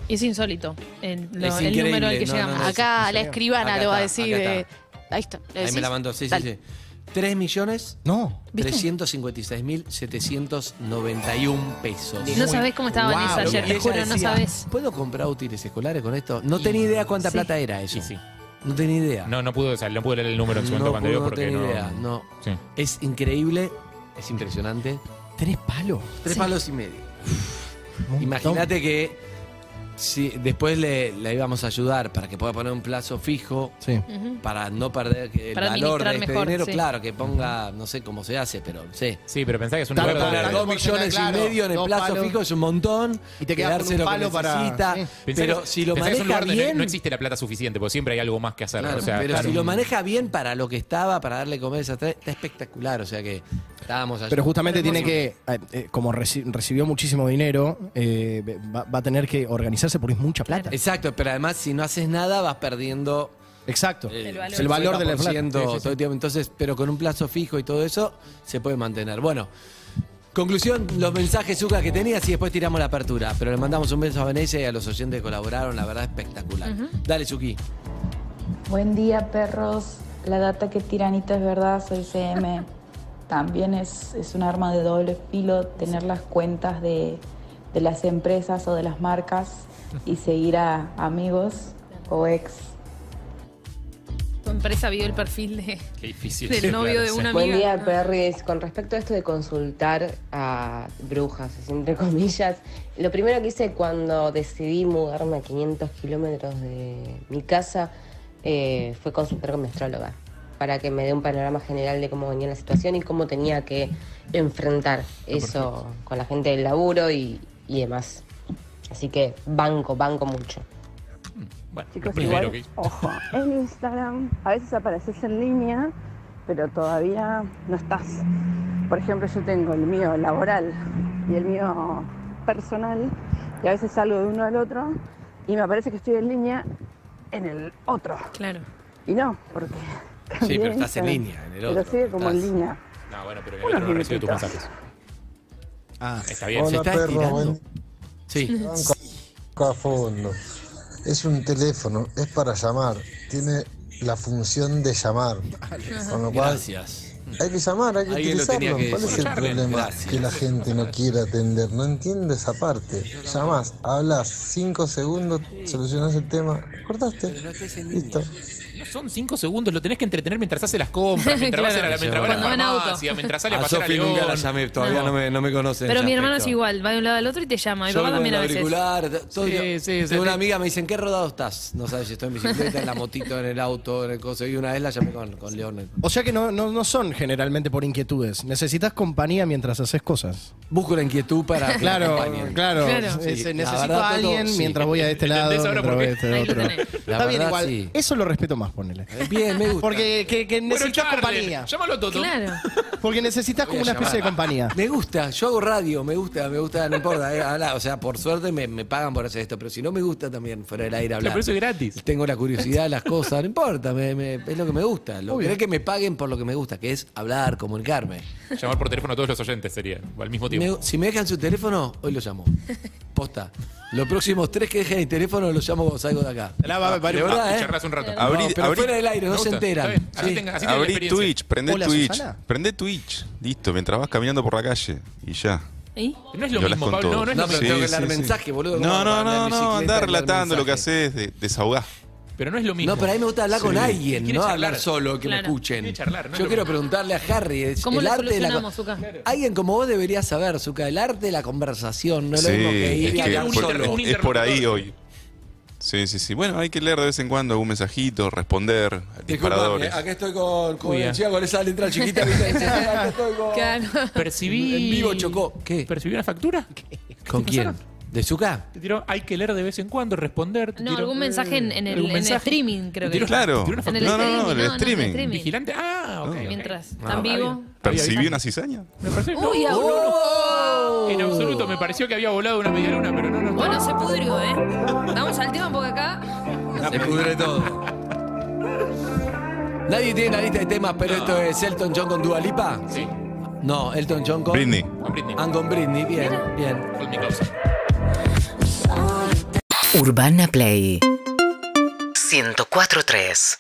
S7: Es insólito el, lo-
S4: Es
S7: el
S4: increíble,
S7: número al que
S4: no,
S7: llegamos.
S4: no, no,
S11: Acá
S4: sí, sí,
S11: la
S4: sí.
S11: escribana
S4: Acá
S11: le va a
S4: está,
S11: decir.
S4: acá
S11: eh,
S4: está.
S11: ahí está. ¿le
S4: Ahí me
S11: decís?
S4: la mandó, sí, sí,
S11: Dale.
S4: sí. 3 millones.
S8: No.
S4: 356.791 pesos.
S7: No sabés cómo estaba Vanessa
S4: Wow.
S7: ayer,
S4: Y
S7: te
S4: ella
S7: juro, no
S4: decía,
S7: sabés.
S4: ¿Puedo comprar útiles escolares con esto? No tenía idea cuánta
S7: sí.
S4: plata era eso.
S6: Y sí.
S4: No tenía idea.
S6: No, no pude, o sea, no pude leer el número en su momento
S4: No
S6: cuando
S4: pudo,
S6: vio
S4: no
S6: porque
S4: tenía
S6: no.
S4: idea, no.
S6: Sí.
S4: Es increíble, es impresionante.
S8: ¿Tres palos?
S4: Tres
S7: Sí.
S4: palos y medio.
S8: Un
S4: Imagínate que si después le, la íbamos a ayudar para que pueda poner un plazo fijo
S8: montón. Sí.
S7: Ujú.
S4: para no perder que el
S7: Para
S4: valor de
S7: administrar
S4: este
S7: mejor,
S4: dinero.
S7: sí.
S4: Claro, que ponga, no sé cómo se hace, pero sí.
S6: Sí, pero pensá que es un
S8: Tal
S6: lugar
S8: cual.
S6: donde-
S4: Poner
S8: claro,
S4: dos millones
S8: claro,
S4: y medio en el
S8: dos
S4: plazo
S8: palos.
S4: fijo es un montón.
S8: Y te quedas con un
S4: Quedarse lo que
S8: palo para-
S4: necesita.
S8: sí.
S6: pensá
S4: Pero
S6: que-
S4: si lo
S6: pensá que es un lugar
S4: maneja
S6: donde
S4: bien.
S6: No, no existe la plata suficiente, porque siempre hay algo más que hacer.
S4: Claro,
S6: o sea,
S4: pero
S6: claro.
S4: si lo maneja bien para lo que estaba, para darle comer esas tres, está espectacular. O sea que estábamos allá.
S8: Pero justamente tiene que, eh, eh, como reci- recibió muchísimo dinero, eh, va, va a tener que organizarse porque es mucha plata.
S4: Exacto, pero además si no haces nada vas perdiendo
S8: Exacto.
S7: El valor.
S8: El valor de la plata.
S4: 50%
S8: Sí, sí, sí.
S4: todo el tiempo. Entonces, pero con un plazo fijo y todo eso, se puede mantener. Bueno, conclusión, los mensajes, Zucca, que tenías y después tiramos la apertura. Pero le mandamos un beso a Vanessa y a los oyentes que colaboraron, la verdad espectacular. Dale, Zuki.
S12: Buen día, perros. La data que tiranita es verdad, soy CM. También es, es un arma de doble filo tener las cuentas de, de las empresas o de las marcas y seguir a amigos o ex.
S7: Tu empresa vio el perfil de,
S6: Qué difícil.
S7: del novio
S6: Claro,
S7: de
S6: sí.
S7: una
S12: Buen
S7: amiga.
S12: día, Perris. Con respecto a esto de consultar a brujas, entre comillas, lo primero que hice cuando decidí mudarme a 500 kilómetros de mi casa eh, fue consultar con mi astróloga para que me dé un panorama general de cómo venía la situación y cómo tenía que enfrentar eso con la gente del laburo y, y demás. Así que banco, banco mucho.
S6: Bueno, lo
S5: Chicos,
S6: primero
S5: igual,
S6: que-
S5: ojo, en Instagram a veces apareces en línea, pero todavía no estás. Por ejemplo, yo tengo el mío laboral y el mío personal, y a veces salgo de uno al otro y me parece que estoy en línea en el otro.
S7: Claro.
S5: Y no, porque. cambié
S4: pero
S5: de
S4: estás en
S5: Instagram,
S4: línea, en el otro,
S5: Pero sigue como
S4: estás-
S5: en línea.
S6: No, bueno, pero en el otro no recibe tus
S5: minutitos.
S6: mensajes.
S8: Ah.
S6: Está bien.
S4: Se
S6: sí.
S4: está estirando. Sí.
S3: fondo. Es un teléfono, es para llamar. Tiene la función de llamar. Con lo cual,
S4: Gracias.
S3: hay que llamar, hay que
S4: Alguien lo tenía
S3: utilizarlo.
S4: que
S3: ¿Cuál es
S4: decir.
S3: el problema
S4: Gracias.
S3: que la gente no quiere atender? No entiendo esa parte. Llamás, hablas, cinco segundos, solucionás el tema, cortaste. Listo.
S6: No son cinco segundos, lo tenés que entretener mientras hace las compras, mientras va a hacer-
S4: Claro.
S6: mientras va a la
S4: Cuando
S7: va en auto.
S6: farmacia, mientras sale a
S4: a
S6: pasear a
S4: Ah, Sofi nunca la
S6: León.
S4: llamé, todavía no, me, no me conocen.
S7: Pero mi hermano es igual, va de un lado al otro y te llama. Mi
S4: Yo
S7: papá
S4: vengo
S7: también
S4: en
S7: a veces.
S4: auricular, todo
S6: Sí,
S4: yo-
S6: sí,
S4: tengo
S6: sí.
S4: una amiga, me dicen, ¿qué rodado estás? No sabes si estoy en bicicleta, en la motito, en el auto, en el coso. Y una vez la llamé con, con León.
S8: O sea que no, no, no son generalmente por inquietudes. Necesitas compañía mientras haces cosas.
S4: Busco la inquietud para. que me
S8: Claro,
S4: acompañen.
S8: claro.
S7: Claro.
S8: Se-
S4: Sí,
S8: se
S4: la
S8: necesito
S4: verdad,
S8: a alguien
S4: todo- sí.
S8: mientras voy a este
S6: ¿Entendés
S8: lado,
S6: ahora
S8: mientras
S6: por
S8: voy
S6: qué?
S8: a este
S7: Ahí lo
S8: otro.
S7: tenés.
S4: La
S8: Está bien
S4: verdad,
S8: igual.
S4: sí.
S8: Eso lo respeto más, ponele.
S4: Bien, me gusta.
S8: Porque que, que
S6: Bueno,
S8: necesitas compañía.
S6: Charles, llámalo a Toto.
S7: Claro.
S8: Porque necesitas como
S4: Voy
S8: una
S4: a
S8: especie de
S4: llamar.
S8: compañía.
S4: Me gusta, yo hago radio, me gusta, me gusta, no importa. eh, habla, o sea, por suerte me, me pagan por hacer esto, pero si no me gusta también fuera del aire hablar.
S6: Pero eso es gratis.
S4: Tengo la curiosidad, las cosas, no importa, me- me- es lo que me gusta. Lo que es que me paguen por lo que me gusta, que es hablar, comunicarme.
S6: Llamar por teléfono a todos los oyentes sería, o al mismo tiempo.
S4: Me- si me dejan su teléfono, hoy lo llamo. Posta. Los próximos tres que dejen el teléfono los llamo cuando salgo de acá.
S8: La va- va-
S4: De
S8: va-
S4: verdad,
S6: y
S4: ¿eh?
S6: charlas un rato.
S4: No,
S9: Abrí-
S4: pero
S9: abrí-
S4: fuera del aire, no
S6: Me
S4: se
S6: gusta,
S4: enteran.
S6: está bien. Así
S4: Sí.
S6: tenga- así tiene la
S9: Abrí
S6: experiencia.
S9: Twitch, prende
S8: Hola,
S9: Twitch.
S8: Susana.
S9: Prende Twitch. Listo, mientras vas caminando por la calle. Y ya.
S7: ¿Y?
S6: No es lo
S9: Y hablas
S6: mismo,
S9: con
S6: Pablo. No,
S9: todos.
S6: no es
S4: No,
S6: lo
S4: pero
S6: mismo.
S9: Sí,
S4: tengo que
S9: sí,
S4: dar
S9: sí.
S4: mensaje, boludo. ¿cómo
S9: No,
S4: vas a
S9: no,
S4: andar en
S9: no, no.
S4: bicicleta y
S9: Andá
S4: dar
S9: relatando lo que
S4: mensaje?
S9: haces, de- desahogás.
S6: Pero no es lo mismo.
S4: No, pero a mí me gusta hablar con alguien,
S6: Quiere
S4: no
S6: charlar.
S4: hablar solo, que
S7: Claro.
S4: me escuchen.
S6: Quiere charlar, ¿no?
S4: Yo quiero preguntarle a Harry, es
S7: ¿Cómo
S4: el
S7: lo
S4: arte de la
S7: solucionamos,
S4: co-
S7: Zucca?
S4: Alguien como vos deberías saber, Zucca, el arte de la conversación, no es
S9: Sí,
S4: lo mismo que ir
S9: es
S4: y
S9: que
S4: hablar
S9: por-
S4: solo.
S6: un
S9: es por ahí
S6: interlocutor.
S9: hoy. Sí, sí, sí. Bueno, hay que leer de vez en cuando algún mensajito, responder,
S4: Disculpame,
S9: disparadores.
S4: acá estoy con, con,
S6: Uy,
S4: chica con esa letra chiquita, ¿viste? Acá estoy con-
S7: Claro.
S6: Percibí.
S4: En vivo chocó. ¿Qué?
S6: ¿Percibí una factura?
S4: ¿Con quién? ¿De Zucca?
S6: Te tiró, hay que leer de vez en cuando, responder. te
S7: No,
S6: tiró,
S7: algún
S6: eh,
S7: mensaje en, en el,
S6: algún
S7: en el
S6: mensaje.
S7: streaming, creo que.
S6: Tiró-
S9: Claro.
S6: tiró una
S7: En
S9: No,
S7: el
S6: factura.
S9: no, no,
S7: streaming, no,
S9: el
S7: no, en el
S9: streaming.
S7: streaming.
S6: Vigilante. Ah, ok. ok.
S7: Mientras
S6: Ah,
S7: tan
S6: está
S7: vivo.
S6: bien.
S9: ¿Percibí una cizaña?
S6: Me pareció- no,
S4: ¡Oh!
S7: Uy, habló.
S6: no, En absoluto, me pareció que había volado una medialuna, pero no, no. no.
S7: Bueno, se pudrió, ¿eh? Vamos al tema porque acá.
S4: Se pudre todo. Nadie tiene una lista de temas, pero esto es Elton John con Dua Lipa.
S6: Sí,
S4: No, Elton John con...
S9: Britney.
S6: con Britney.
S7: ah.
S4: And con Britney, bien, bien.
S6: Hold me closer.
S2: Urbana Play
S1: Play 104.3